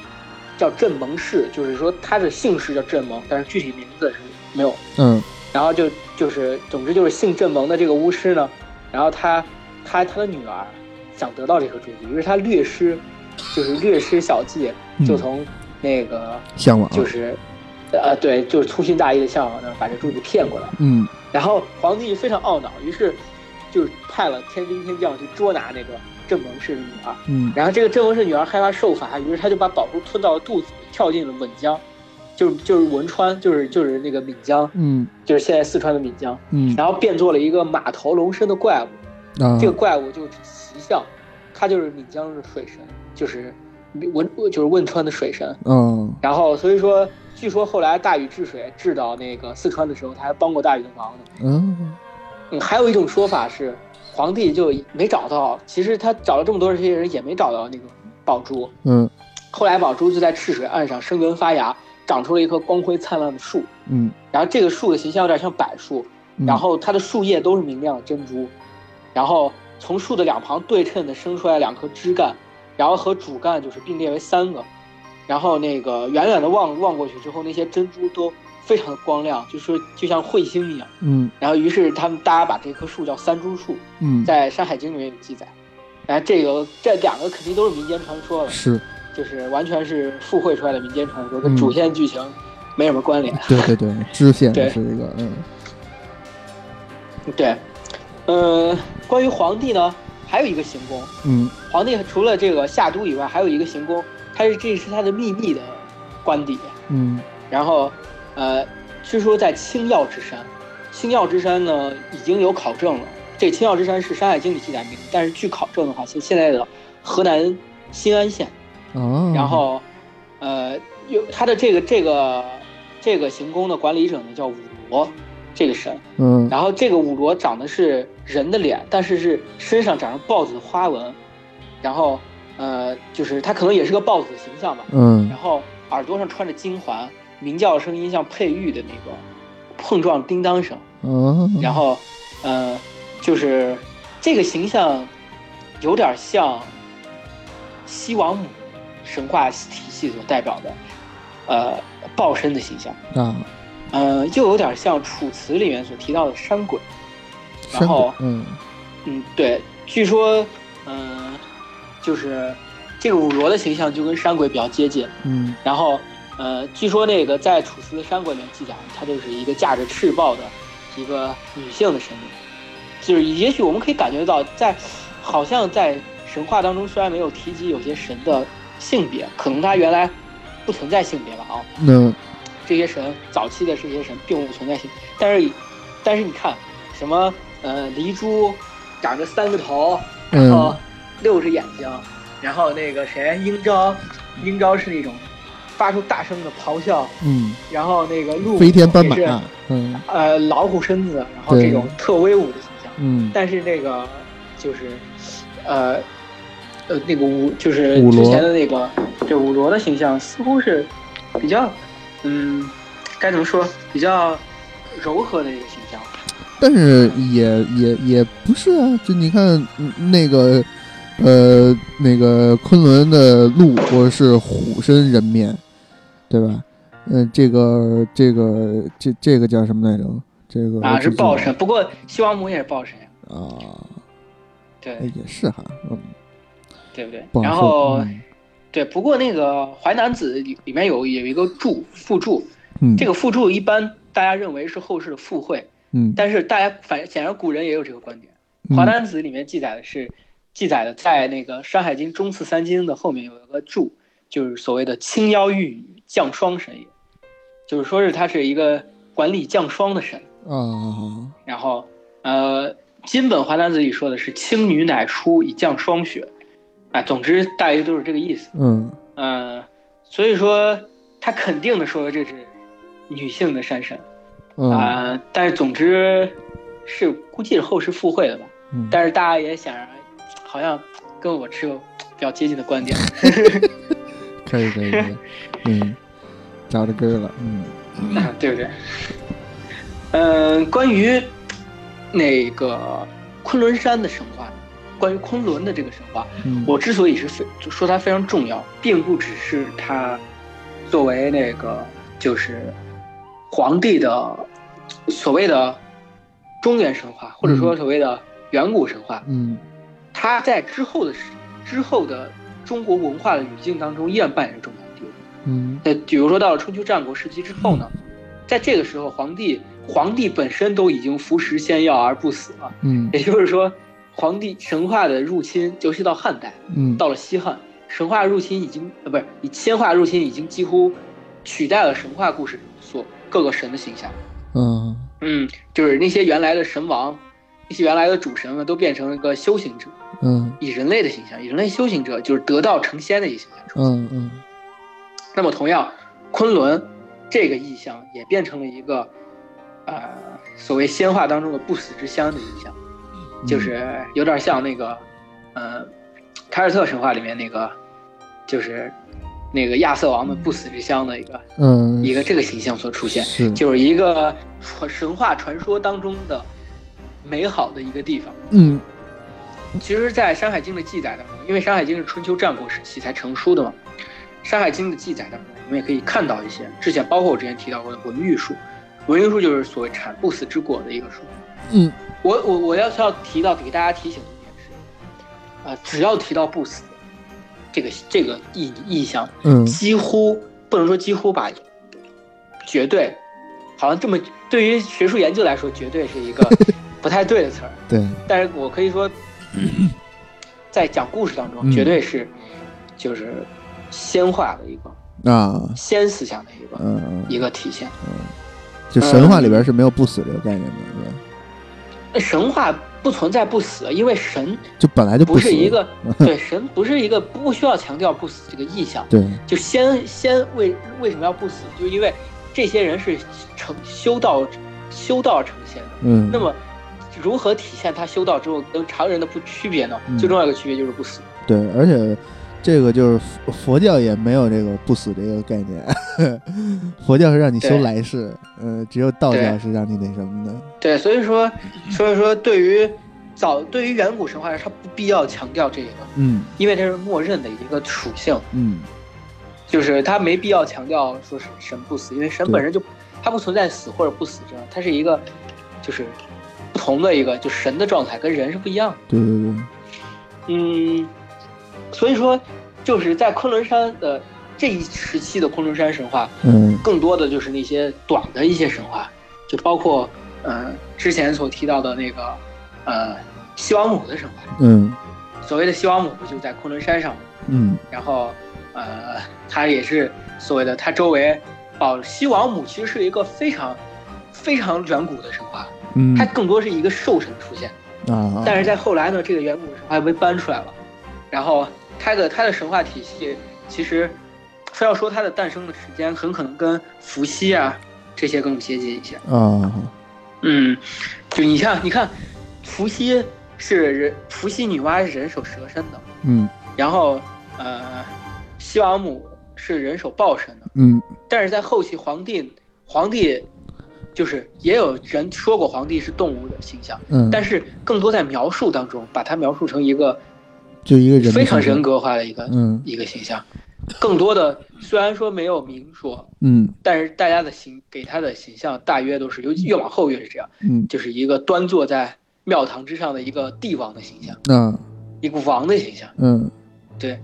叫镇蒙氏，就是说她的姓氏叫镇蒙，但是具体名字是没有。
嗯
然后就就是，总之就是姓镇蒙的这个巫师呢，然后他他他的女儿想得到这颗珠子，于是他略施，就是略施小计，
嗯
就从那个
向往，
就是，呃，对，就是粗心大意的向往呢，把这珠子骗过来。
嗯
然后皇帝非常懊恼，于是就是派了天兵天将去捉拿那个郑蒙氏的女儿。
嗯
然后这个郑蒙氏女儿害怕受罚，于是她就把宝珠吞到了肚子里，跳进了岷江，就是就是汶川，就是就是那个岷江，
嗯
就是现在四川的岷江。
嗯
然后变做了一个马头龙身的怪物，
嗯
啊
这个怪物就是奇象，它就是岷江的水神，就是汶就是汶川的水神。
哦
然后所以说，据说后来大禹治水治到那个四川的时候，他还帮过大禹的忙呢。
嗯
嗯，还有一种说法是，皇帝就没找到，其实他找了这么多这些人也没找到那个宝珠。
嗯
后来宝珠就在赤水岸上生根发芽，长出了一棵光辉灿烂的树。
嗯，
然后这个树的形象有点像柏树，
嗯
然后它的树叶都是明亮的珍珠，然后从树的两旁对称的生出来两颗枝干，然后和主干就是并列为三个，然后那个远远的望望过去之后，那些珍珠都非常的光亮，就是就像彗星一样。
嗯
然后于是他们大家把这棵树叫三株树，
嗯
在《山海经》里面有记载。然后这个这两个肯定都是民间传说了，
是，
就是完全是附会出来的民间传说，跟
嗯
主线剧情没什么关联。
对对
<laughs>
对，知县
对
是一个嗯
对，呃，关于皇帝呢，还有一个行宫。
嗯
皇帝除了这个夏都以外，还有一个行宫，它是这是他的秘密的官邸。
嗯
然后，呃，据说在青药之山，青药之山呢已经有考证了。这青药之山是《山海经》里记载名，但是据考证的话，现现在的河南新安县。
嗯
哦，
然后，呃，有他的这个这个这个行宫的管理者呢叫五罗，这个神。
嗯
然后这个五罗长的是人的脸，但是是身上长着豹子的花纹，然后呃，就是它可能也是个豹子的形象吧。
嗯
然后耳朵上穿着金环，鸣叫声音像佩玉的那个碰撞叮当声。
哦，
然后，呃，就是这个形象有点像西王母神话体系所代表的呃豹身的形象。
啊，
呃，又有点像《楚辞》里面所提到的山鬼。
山
然
谷
后，
嗯
嗯，对，据说，嗯、就是这个五罗的形象就跟山鬼比较接近。
嗯
然后，呃，据说那个在《楚辞》的山鬼里面记载，她就是一个驾着赤豹的一个女性的身影，就是也许我们可以感觉到在，好像在神话当中虽然没有提及有些神的性别，可能他原来不存在性别吧啊、
那
这些神早期的这些神并不存在性，但是但是你看什么呃黎珠长着三个头，然后
嗯
六只眼睛，然后那个谁英昭，英昭是那种发出大声的咆哮，
嗯
然后那个鹿
飞天斑
也是
马，嗯
呃老虎身子，然后
对
这种特威武的形象，
嗯
但是那个就是呃。呃，那个五就是
五
之
罗
前的那个，对五罗的形象似乎是比较，嗯，该怎么说，比较柔和的一个形象。
但是也也也不是啊，就你看嗯那个，呃，那个昆仑的鹿我是虎身人面，对吧？嗯、这个这个这这个叫什么来着？这个
啊，是
报
暴神，不过西王母也是暴神呀，
啊，
对
哎也是哈，嗯，
对不对
不？好
然
说
后、
嗯
对，不过那个《淮南子》里里面有有一个注附注，
嗯
这个附注一般大家认为是后世的附会，
嗯
但是大家反显然古人也有这个观点，《
嗯
淮南子》里面记载的是记载的在那个《山海经》中次三经的后面有一个注，就是所谓的青妖玉女降霜神也，就是说是它是一个管理降霜的神。
啊，
然后呃，金本《淮南子》里说的是青女乃出以降霜雪，啊，总之大约都是这个意思。
嗯
嗯，所以说他肯定的说这是女性的山神
嗯
啊、但是总之是估计是后世附会的吧。
嗯
但是大家也想，好像跟我持有比较接近的观点。
可以可以，可以，嗯，找着根儿了，嗯
啊，对不对？嗯、关于那个昆仑山的神话，关于昆仑的这个神话，
嗯，
我之所以是非就说它非常重要，并不只是它作为那个就是皇帝的所谓的中原神话，或者说所谓的远古神话，
嗯
它在之后的时之后的中国文化的语境当中依然扮演着重要的地位。
嗯
那呃比如说到了春秋战国时期之后呢，在这个时候，皇帝皇帝本身都已经服食仙药而不死了，
嗯
也就是说，皇帝神话的入侵，尤其到汉代，
嗯，
到了西汉，神话入侵已经呃不是以仙话入侵已经几乎取代了神话故事所各个神的形象。
嗯
嗯，就是那些原来的神王，那些原来的主神们都变成了一个修行者，
嗯
以人类的形象，以人类修行者就是得道成仙的一个形象出现。
嗯嗯
那么同样，昆仑这个意象也变成了一个，呃，所谓仙话当中的不死之乡的意象，
嗯，
就是有点像那个，呃，凯尔特神话里面那个，就是那个亚瑟王的不死之乡的一个
嗯
一个这个形象所出现，
是
就是一个传神话传说当中的美好的一个地方。
嗯
其实，在《山海经》的记载当中，因为《山海经》是春秋战国时期才成书的嘛，《山海经》的记载当中，我们也可以看到一些之前，包括我之前提到过的文玉术。文玉术就是所谓产不死之果的一个术。
嗯
我我我要是要提到给大家提醒的一件事，啊、只要提到不死这个这个意意象，
嗯
几乎不能说几乎吧，绝对，好像这么对于学术研究来说，绝对是一个不太对的词儿。
对，
但是我可以说，在讲故事当中，
嗯
绝对是就是仙化的一个
啊，
仙思想的一个
呃
嗯，
一个嗯体现。
就神话里边是没有不死这个概念的，对吧
神话不存在不死，因为神
就本来就
不
死
是一个对神不是一个不需要强调不死这个意象。
对，
就先先为为什么要不死？就是因为这些人是成修道修道成仙的。
嗯
那，么如何体现他修道之后跟常人的不区别呢？
嗯
最重要的一个区别就是不死。
对，而且这个就是佛佛教也没有这个不死这个概念， <laughs> 佛教是让你修
对
来世，呃，只有道教
对
是让你那什么的，
对，所以说，所以说对于早对于远古神话来说，它不必要强调这个，
嗯
因为这是默认的一个属性，
嗯，
就是它没必要强调说是神不死，因为神
对
本身就它不存在死或者不死这样，它是一个就是不同的一个，就神的状态跟人是不一样的。
对对对，
嗯，所以说就是在昆仑山的这一时期的昆仑山神话，
嗯
更多的就是那些短的一些神话，就包括呃之前所提到的那个呃西王母的神话。
嗯
所谓的西王母就在昆仑山上，
嗯
然后呃她也是所谓的她周围保西王母其实是一个非常非常远古的神话，
嗯
它更多是一个兽神出现。
啊，
但是在后来呢，这个远古神话被搬出来了，然后它的它的神话体系其实，非要说它的诞生的时间，很可能跟伏羲啊这些更接近一些。
啊，
嗯，就你像你看，伏羲是人，伏羲女娲是人首蛇身的，
嗯
然后呃，西王母是人首豹身的，
嗯
但是在后期皇帝皇帝。就是也有人说过皇帝是动物的形象，
嗯，
但是更多在描述当中，把它描述成一个
就一个人的
非常
形象
人，格化的一个
嗯
一个形象。更多的虽然说没有明说，
嗯
但是大家的形给他的形象大约都是，尤其越往后越是这样，
嗯
就是一个端坐在庙堂之上的一个帝王的形象，
啊
一个王的形象。
嗯
对，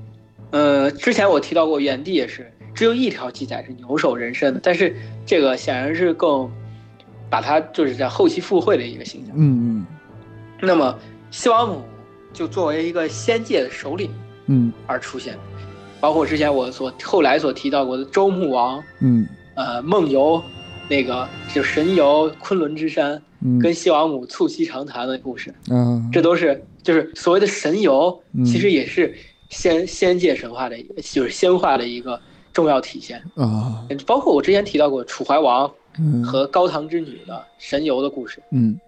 呃，之前我提到过，炎帝也是只有一条记载是牛首人身的，但是这个显然是更把他就是在后期附会的一个形象。
嗯
那么西王母就作为一个仙界的首领，
嗯
而出现，包括之前我所后来所提到过的周穆王，
嗯
呃，梦游，那个就神游昆仑之山，
嗯
跟西王母促膝长谈的故事，
啊，
这都是就是所谓的神游
嗯，
其实也是仙仙界神话的一个，就是仙化的一个重要体现。
啊，
包括我之前提到过楚怀王
嗯
和高唐之女的神游的故事，
嗯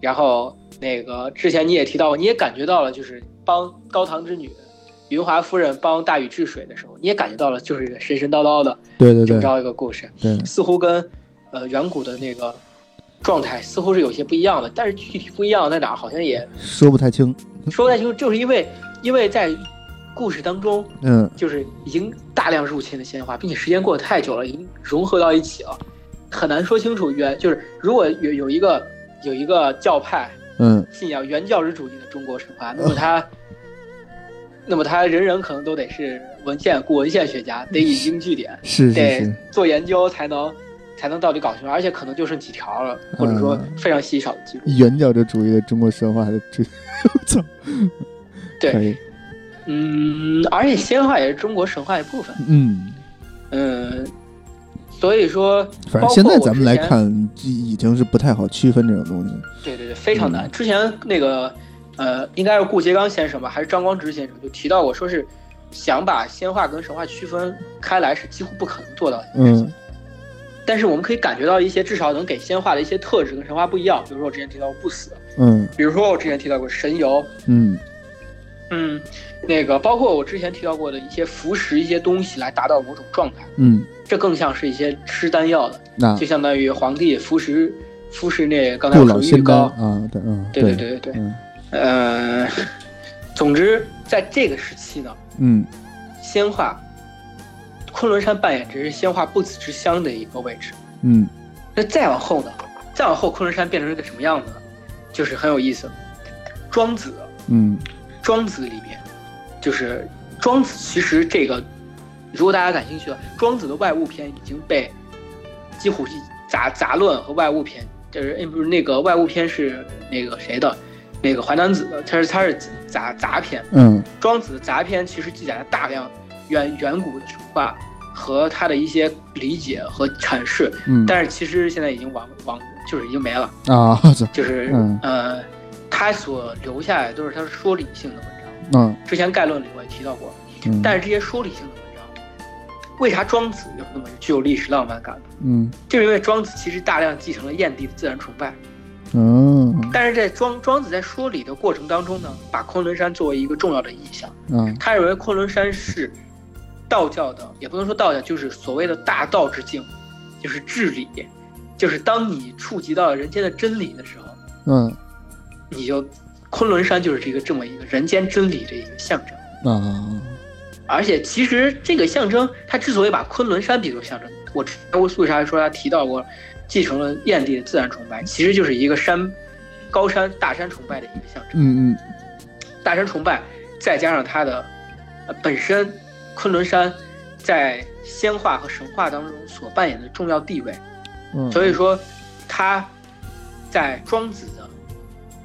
然后那个之前你也提到过，你也感觉到了，就是帮高唐之女云华夫人帮大禹治水的时候，你也感觉到了，就是一个神神叨叨的
对对
这
对
么着一个故事，
对，
似乎跟呃远古的那个状态似乎是有些不一样的，但是具体不一样在哪儿，好像也
说不太清，
说不太清楚，就是因为因为在故事当中，
嗯
就是已经大量入侵了鲜花，并且时间过得太久了，已经融合到一起了，很难说清楚原就是如果有有一个有一个教派
嗯
信仰原教旨主义的中国神话，那么他，那么他人人可能都得是文献古文献学家，得引经据典，
是是
得
是，
做研究才能才能到底搞清楚，而且可能就剩几条了，或者说
嗯
非常稀少的记录。
原教旨主义的中国神话的这， <laughs> 我操，
对
可以，
嗯，而且仙话也是中国神话一部分。
嗯。
嗯，所以说，
反
包
正现
括
在
我
咱们
之
来
前
看，已已经是不太好区分这种东西。
对对对，非常
嗯
难。之前那个，呃，应该是顾颉刚先生吧，还是张光直先生就提到过，说是想把仙话跟神话区分开来是几乎不可能做到的。
嗯
但是我们可以感觉到一些至少能给仙话的一些特质跟神话不一样，比如说我之前提到过不死，
嗯
比如说我之前提到过神游，
嗯
嗯，那个包括我之前提到过的一些服食一些东西来达到某种状态，
嗯，
这更像是一些吃丹药的，
那
就相当于皇帝服食服食那刚
嗯
才
不
我
老
说的玉
仙丹
膏，
啊，对，嗯，
对对，对对对。
嗯
呃，总之，在这个时期呢，
嗯
仙化昆仑山扮演着是仙化不死之乡的一个位置。
嗯
那再往后呢？再往后，昆仑山变成一个什么样子呢？就是很有意思。庄子，
嗯
庄子里面，就是庄子，其实这个，如果大家感兴趣的话，庄子的外物篇已经被几乎是杂杂论和外物篇，就是哎不是那个外物篇是那个谁的，那个淮南子的，他是他是杂杂篇。
嗯
庄子的杂篇其实记载了大量远远古的神话和他的一些理解和阐释，
嗯
但是其实现在已经亡亡，就是已经没了，
啊， <laughs> 我操，
就是、
嗯
呃，他所留下来都是他说理性的文章。
嗯
之前概论里我也提到过，
嗯，
但是这些说理性的文章，为啥庄子有那么具有历史浪漫感呢？
嗯
就是因为庄子其实大量继承了燕地的自然崇拜，
嗯
但是在庄庄子在说理的过程当中呢，把昆仑山作为一个重要的意象。
啊
他认为昆仑山是道教的，也不能说道教，就是所谓的大道之境，就是治理，就是当你触及到人间的真理的时候，
嗯
你就昆仑山就是这个这么一个人间真理的一个象征。
啊，
而且其实这个象征，他之所以把昆仑山比作象征，我之前为啥说他提到过继承了燕地的自然崇拜，其实就是一个山高山大山崇拜的一个象征。
嗯嗯
大山崇拜，再加上它的呃本身昆仑山在仙话和神话当中所扮演的重要地位，
嗯，
所以说它在庄子的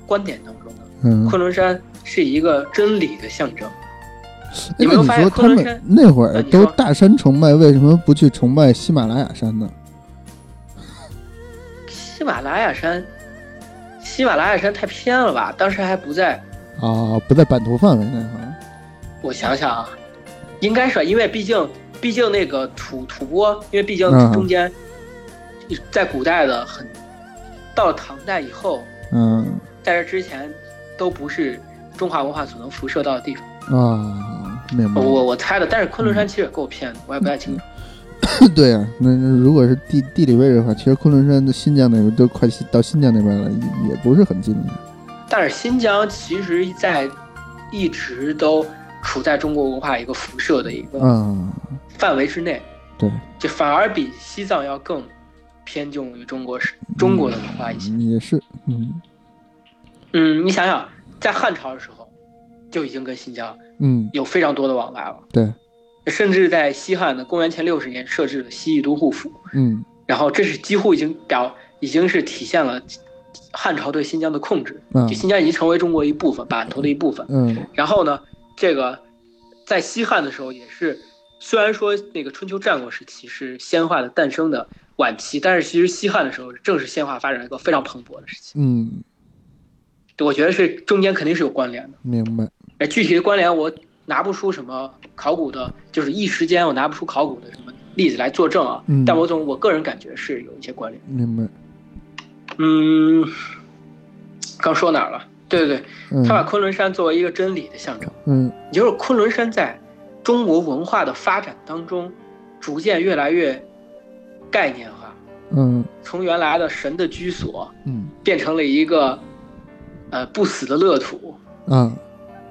观点当中呢，
嗯，
昆仑山是一个真理的象征。
哎，那你说他们那会儿都大山崇拜，为什么不去崇拜喜马拉雅山呢？
喜马拉雅山，喜马拉雅山太偏了吧？当时还不在，
啊，不在版图范围内哈。
我想想啊，应该是吧因为毕竟毕竟那个吐吐蕃，因为毕竟
嗯
中间在古代的很，到了唐代以后，
嗯
在这之前都不是中华文化所能辐射到的地方。
啊，明白。
我我猜的，但是昆仑山
嗯
其实也够偏的，我也不太清楚。
<coughs> 对啊，那那如果是地地理位置的话，其实昆仑山的新疆那边都快西到新疆那边了，也也不是很近了。
但是新疆其实在一直都处在中国文化一个辐射的一个
啊，
范围之内，
对，
就反而比西藏要更偏重于中国是中国的文化一些。
也是，嗯
嗯，你想想，在汉朝的时候，就已经跟新疆
嗯，
有非常多的往来了。
对，
甚至在西汉的公元前六十年设置了西域都护府，
嗯
然后这是几乎已经表已经是体现了汉朝对新疆的控制，
嗯
就新疆已经成为中国一部分，版图的一部分。
嗯
然后呢，这个在西汉的时候也是，虽然说那个春秋战国时期是仙化的诞生的晚期，但是其实西汉的时候正是仙化发展一个非常蓬勃的时期，
嗯，
我觉得是中间肯定是有关联的。
明白。
哎，具体的关联我拿不出什么考古的，就是一时间我拿不出考古的什么例子来作证啊。
嗯
但我总我个人感觉是有一些关联。
明白，
嗯，刚说哪儿了？对对对，他把
嗯
昆仑山作为一个真理的象征，
嗯
也就是昆仑山在中国文化的发展当中，逐渐越来越概念化，
嗯
从原来的神的居所
嗯
变成了一个呃不死的乐土，
啊，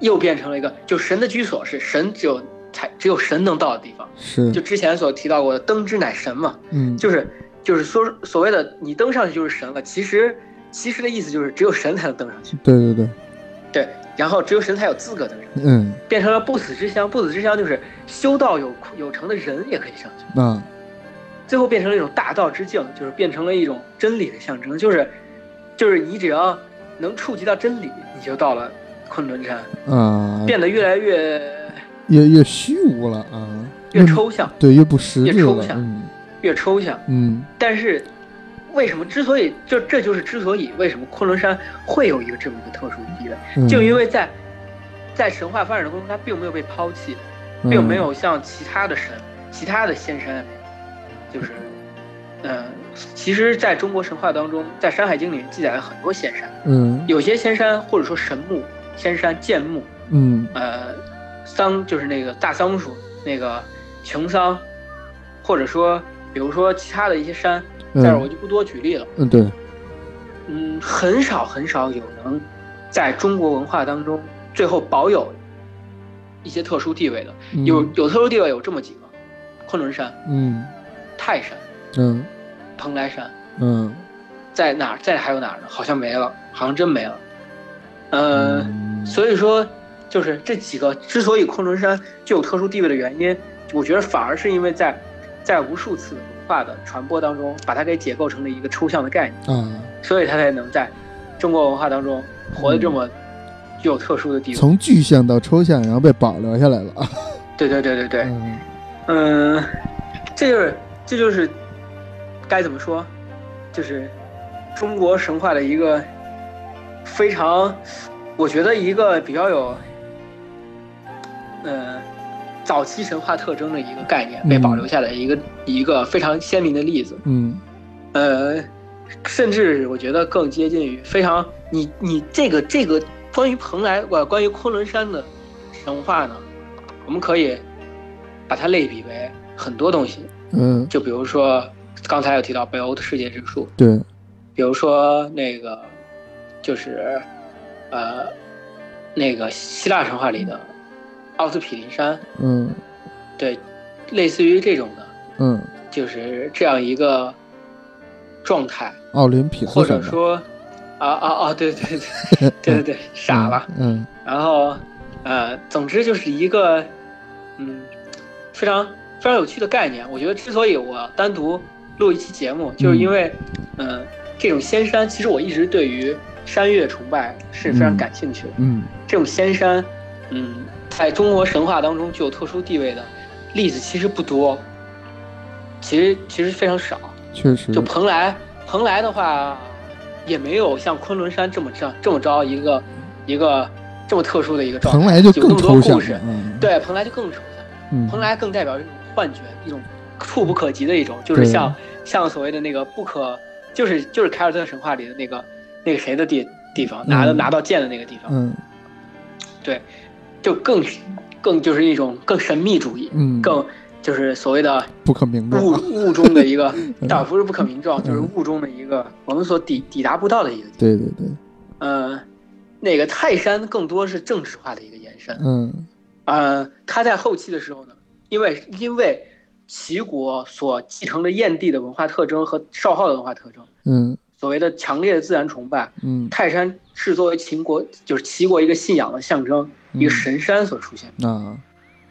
又变成了一个就神的居所是神只有才只有神能到的地方，
嗯
是
就，之前所提到过的灯之乃神嘛，
嗯
就是就是说所谓的你登上去就是神了，其实其实的意思就是只有神才能登上去，
嗯
对对对，
对，然后只有神才有资格登上，
嗯
变成了不死之乡，不死之乡就是修道有有成的人也可以上去，
啊，
最后变成了一种大道之境，就是变成了一种真理的象征，就是就是你只要能触及到真理，你就到了昆仑山，
嗯
啊，
变得越来越
越越虚无了啊，
越抽象，
对越不实
越
质
抽
了，
象
嗯
越抽象。
嗯
但是为什么？之所以这这就是之所以为什么昆仑山会有一个这么一个特殊地位，
嗯，
就因为在在神话发展的过程中，它并没有被抛弃，并
嗯
没有像其他的神、其他的仙山，就是，呃，其实在中国神话当中，在《山海经》里记载了很多仙山，
嗯
有些仙山或者说神木、仙山、剑木，
嗯
呃，桑就是那个大桑树，那个琼桑，或者说比如说其他的一些山，
嗯
但是我就不多举例了。
嗯对，
嗯，很少很少有能在中国文化当中最后保有一些特殊地位的。
嗯
有有特殊地位有这么几个：昆仑山、
嗯
泰山、
嗯
蓬莱山，
嗯
在哪儿？在还有哪儿呢？好像没了，好像真没了。呃，
嗯
所以说，就是这几个之所以昆仑山具有特殊地位的原因，我觉得反而是因为在在无数次的文化的传播当中，把它给解构成了一个抽象的概念。
啊。
所以它才能在中国文化当中活得这么具有特殊的地位。
从具象到抽象，然后被保留下来了啊！
对对对对对，
嗯
嗯，这就是这就是该怎么说，就是中国神话的一个非常，我觉得一个比较有，呃，早期神话特征的一个概念被保留下来一个、一个非常鲜明的例子。
嗯
呃，甚至我觉得更接近于非常你你这个这个关于蓬莱呃关于昆仑山的神话呢，我们可以把它类比为很多东西，
嗯，
就比如说刚才有提到北欧的世界之树，
对，
比如说那个就是呃那个希腊神话里的奥斯匹林山，
嗯
对，类似于这种的，
嗯，
就是这样一个状态。
奥林匹斯
或者
山吧
说，啊啊啊，对对对对
<laughs>
对对，傻了。
嗯
然后，呃，总之就是一个，嗯，非常非常有趣的概念。我觉得之所以我单独录一期节目，就是因为，嗯、这种仙山，其实我一直对于山岳崇拜是非常感兴趣的。
嗯
这种仙山，嗯，在中国神话当中具有特殊地位的例子其实不多，其实其实非常少。
嗯，确实
就，蓬莱，蓬莱的话，也没有像昆仑山这么着这么着一个一个这么特殊的一个状态。
蓬莱就
有那
更
么多
抽
故
象
事
了，，嗯，
对，蓬莱就更抽象，
嗯
蓬莱更代表一种幻觉，一种触不可及的一种，就是
对
像像所谓的那个不可，就是就是凯尔特神话里的那个那个谁的地地方，拿的、
嗯
拿到剑的那个地方，
嗯
就更更就是一种更神秘主义，
嗯，
更就是所谓的
不可名状
雾
啊， <laughs>
雾中的一个，
嗯
倒不是不可名状，就是
嗯
雾中的一个我们所抵抵达不到的一个地方。
对对对，
呃，那个泰山更多是政治化的一个延伸。
嗯
呃，他在后期的时候呢，因为因为齐国所继承的燕地的文化特征和少昊的文化特征，
嗯
所谓的强烈的自然崇拜，
嗯，
泰山是作为秦国就是齐国一个信仰的象征，一个
嗯
神山所出现。
啊，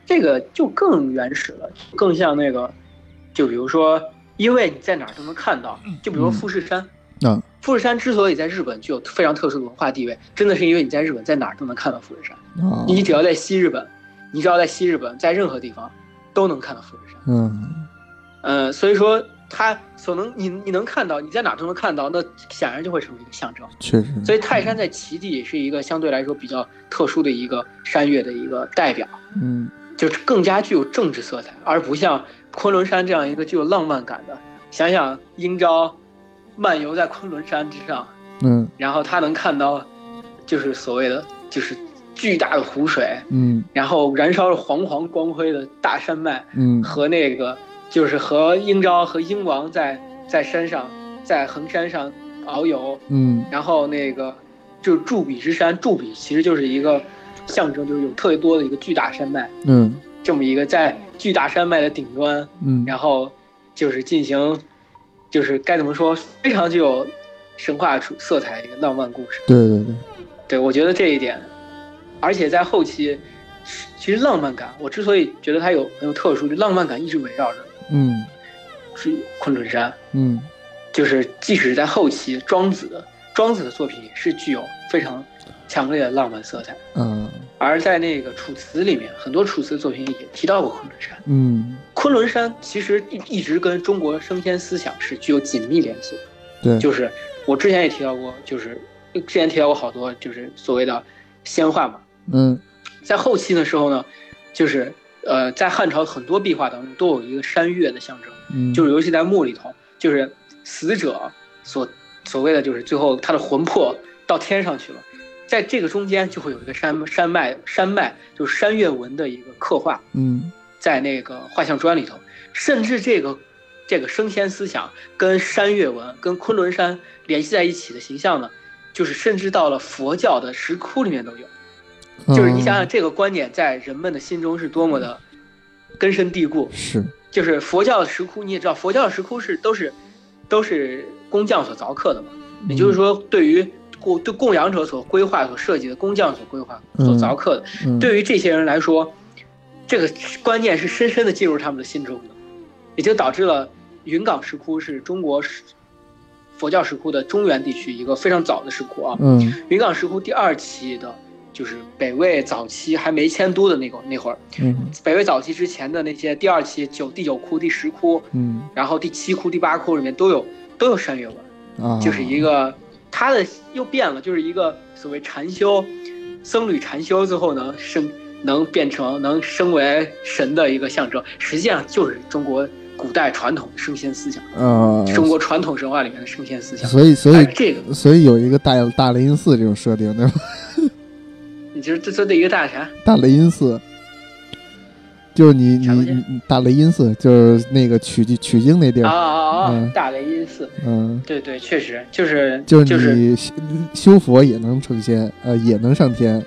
这个就更原始了，更像那个，就比如说，因为你在哪儿都能看到，就比如说
嗯
富士山。
啊
富士山之所以在日本具有非常特殊的文化地位，真的是因为你在日本在哪儿都能看到富士山。
啊，
嗯
你只要在西日本，你只要在西日本，在任何地方都能看到富士山。
嗯
呃，所以说它所能你你能看到，你在哪都能看到，那显然就会成为一个象征。
确实，
所以泰山在齐地也是一个相对来说比较特殊的一个山岳的一个代表，
嗯，
就是更加具有政治色彩，而不像昆仑山这样一个具有浪漫感的。想想英昭漫游在昆仑山之上，
嗯
然后他能看到，就是所谓的就是巨大的湖水，
嗯
然后燃烧着煌煌光辉的大山脉，
嗯
和那个就是和英昭和英王在在山上，在衡山上遨游，
嗯
然后那个就是驻比之山，驻比其实就是一个象征，就是有特别多的一个巨大山脉，
嗯
这么一个在巨大山脉的顶端，
嗯，
然后就是进行，就是该怎么说，非常具有神话属色彩的一个浪漫故事。
对对对，
对，我觉得这一点，而且在后期，其实浪漫感，我之所以觉得它有很有特殊，就浪漫感一直围绕着
嗯
是昆仑山，
嗯，
就是即使是在后期，庄子庄子的作品也是具有非常强烈的浪漫色彩。
啊，
而在那个《楚辞》里面，很多楚辞作品也提到过昆仑山。
嗯，
昆仑山其实一一直跟中国升仙思想是具有紧密联系的。
对，
就是我之前也提到过，就是之前提到过好多，就是所谓的仙画嘛。
嗯
在后期的时候呢，就是呃，在汉朝很多壁画当中都有一个山岳的象征，
嗯，
就是尤其在墓里头，就是死者所所谓的就是最后他的魂魄到天上去了，在这个中间就会有一个山山脉山脉就是山岳纹的一个刻画
嗯
在那个画像砖里头，甚至这个这个升仙思想跟山岳纹跟昆仑山联系在一起的形象呢，就是甚至到了佛教的石窟里面都有。
嗯
就是你想想这个观点在人们的心中是多么的根深蒂固。
是，
就是佛教的石窟，你也知道，佛教的石窟是都是都是工匠所凿刻的嘛，
嗯
也就是说，对于供对供养者所规划、所设计的工匠所规划、
嗯
所凿刻的，
嗯，
对于这些人来说，这个观念是深深的进入他们的心中的，也就导致了云冈石窟是中国石佛教石窟的中原地区一个非常早的石窟啊，
嗯
云冈石窟第二期的，就是北魏早期还没迁都的那个那会儿，
嗯
北魏早期之前的那些第二期九第九窟、第十窟，
嗯
然后第七窟、第八窟里面都有都有山岳纹，
啊，
就是一个它的又变了，就是一个所谓禅修，僧侣禅修最后能升能变成能升为神的一个象征，实际上就是中国古代传统的升仙思想，
啊，
中国传统神话里面的升仙思想。
所以所以
但是这个，
所以有一个大大雷音寺这种设定，对吧？ <laughs>
你就是这这的一个大啥？
大雷音寺，就是你你
啥东西
你大雷音寺，就是那个取经取经那地
啊
儿，
啊啊啊
嗯！
大雷音寺，
嗯，
对对，确实就是
就是
就是
你修修佛也能成仙，呃，也能上天，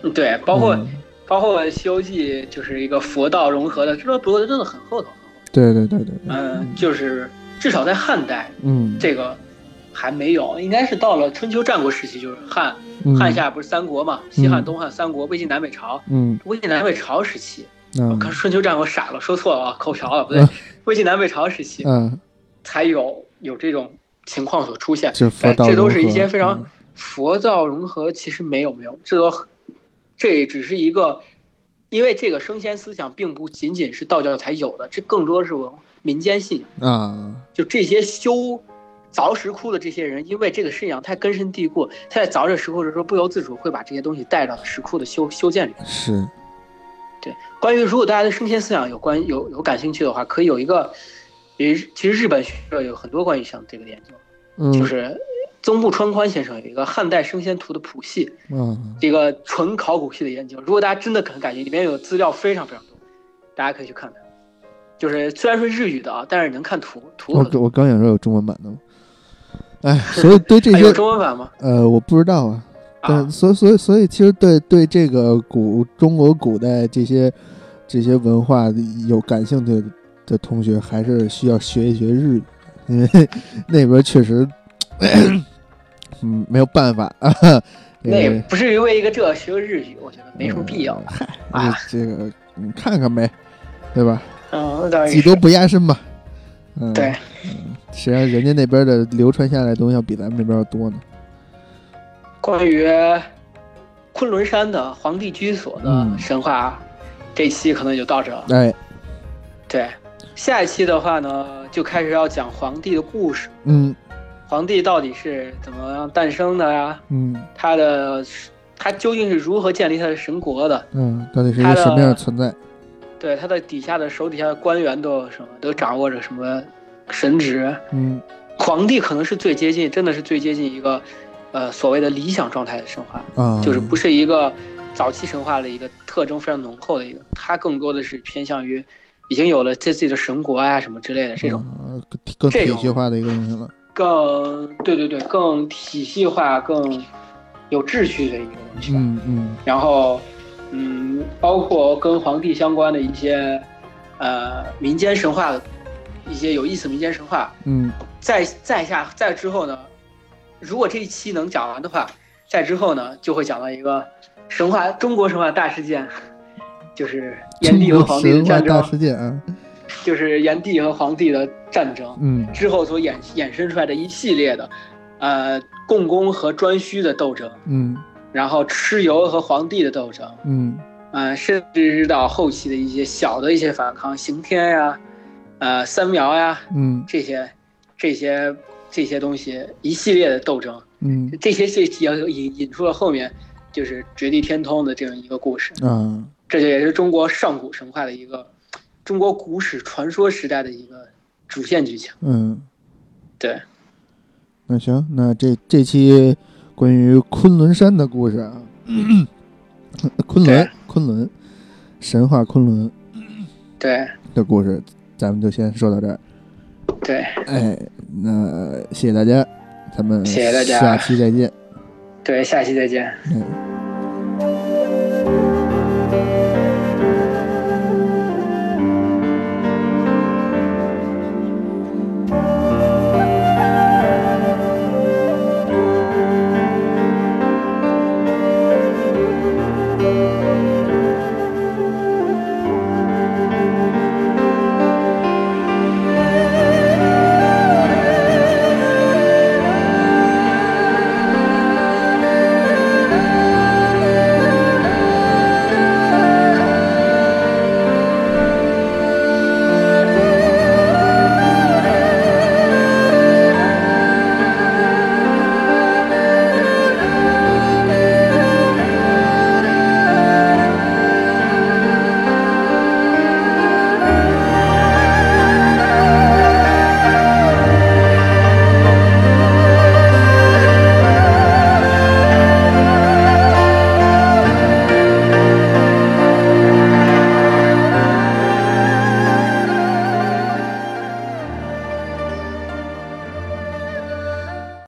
嗯对，包括、
嗯
包括《西游记》就是一个佛道融合的，这不过真的很厚道。
对对对对，对
嗯，就是至少在汉代
嗯，
这个还没有，应该是到了春秋战国时期，就是汉
嗯
汉，夏不是三国嘛，西汉、东汉、三国，魏晋南北朝。
嗯
魏晋南北朝时期，我
嗯
看春秋战国傻了，说错了啊， <laughs> 口瓢了，不对，魏晋南北朝时期
嗯，
才有有这种情况所出现。
就是佛道
哎这都
融
是一
合
些非常
嗯
佛教融合其实没有没有，这都这只是一个，因为这个升仙思想并不仅仅是道教才有的，这更多是文民间信仰。
啊，
就这些修凿石窟的这些人，因为这个信仰太根深蒂固，他在凿这石窟的时候不由自主会把这些东西带到石窟的修修建里。
是，
关于如果大家对升仙思想有关有有感兴趣的话，可以有一个，也其实日本学者有很多关于像这个研究，
嗯，
就是宗部川宽先生有一个汉代升仙图的谱系。
啊，
这个纯考古系的研究。如果大家真的很感兴趣，里面有资料非常非常多，大家可以去看看。就是虽然是日语的啊，但是能看图，图
我
很多。
我刚想说有中文版的吗？哎，所以对这
还有
些
中文版吗？
呃，我不知道啊，
啊
但，所以所以所以，其实对对这个古中国古代这些这些文化有感兴趣的的同学，还是需要学一学日语，因为
<laughs>
那边确实， <coughs> 嗯，没有办法啊。这
那
个
也不至于为一个这学个日语，我觉得没什么必要吧。
嗨、
啊
哎这个你看看呗，对吧？
嗯，那当然
技
是
多不压身嘛。嗯，
对，
实际上人家那边的流传下来的东西要比咱们这边要多呢。
关于昆仑山的皇帝居所的
嗯
神话，这期可能就到这了。
哎，
对，下一期的话呢，就开始要讲皇帝的故事，
嗯
皇帝到底是怎么样诞生的呀、
嗯
他的他究竟是如何建立他的神国的？
嗯，到底是一个什么样的存在？
对他的底下的手底下的官员都有什么？都掌握着什么神职？
嗯
皇帝可能是最接近，真的是最接近一个，呃，所谓的理想状态的神话，
啊，
就是不是一个早期神话的一个特征非常浓厚的一个，它更多的是偏向于已经有了自己的神国啊什么之类的这种
嗯更
这
体
种
系化的一个东西了。
更对对对更体系化、更有秩序的一个东西吧。
嗯嗯
然后，嗯，包括跟皇帝相关的一些，呃，民间神话，一些有意思的民间神话。
嗯
再再下再之后呢，如果这一期能讲完的话，再之后呢，就会讲到一个神话中国神话大事件，就是炎帝和皇帝的
神话
战
大
争，
事件啊，
就是炎帝和皇帝的战争
嗯
之后所衍衍生出来的一系列的，呃，共工和颛顼的斗争，
嗯
然后蚩尤和黄帝的斗争。
嗯
呃，甚至到后期的一些小的一些反抗，刑天呀、呃三苗呀、
嗯
这些、这些、这些东西，一系列的斗争，
嗯
这些这也引引出了后面就是绝地天通的这样一个故事。
啊，
这就也是中国上古神话的一个中国古史传说时代的一个主线剧情。
嗯，
对，
那行，那这这期关于昆仑山的故事啊，昆仑
对
昆仑神话昆仑
对，
的故事，咱们就先说到这儿。
对，
哎，那谢谢大家，咱们
谢谢大家
下期再见。
对，下期再见。
嗯。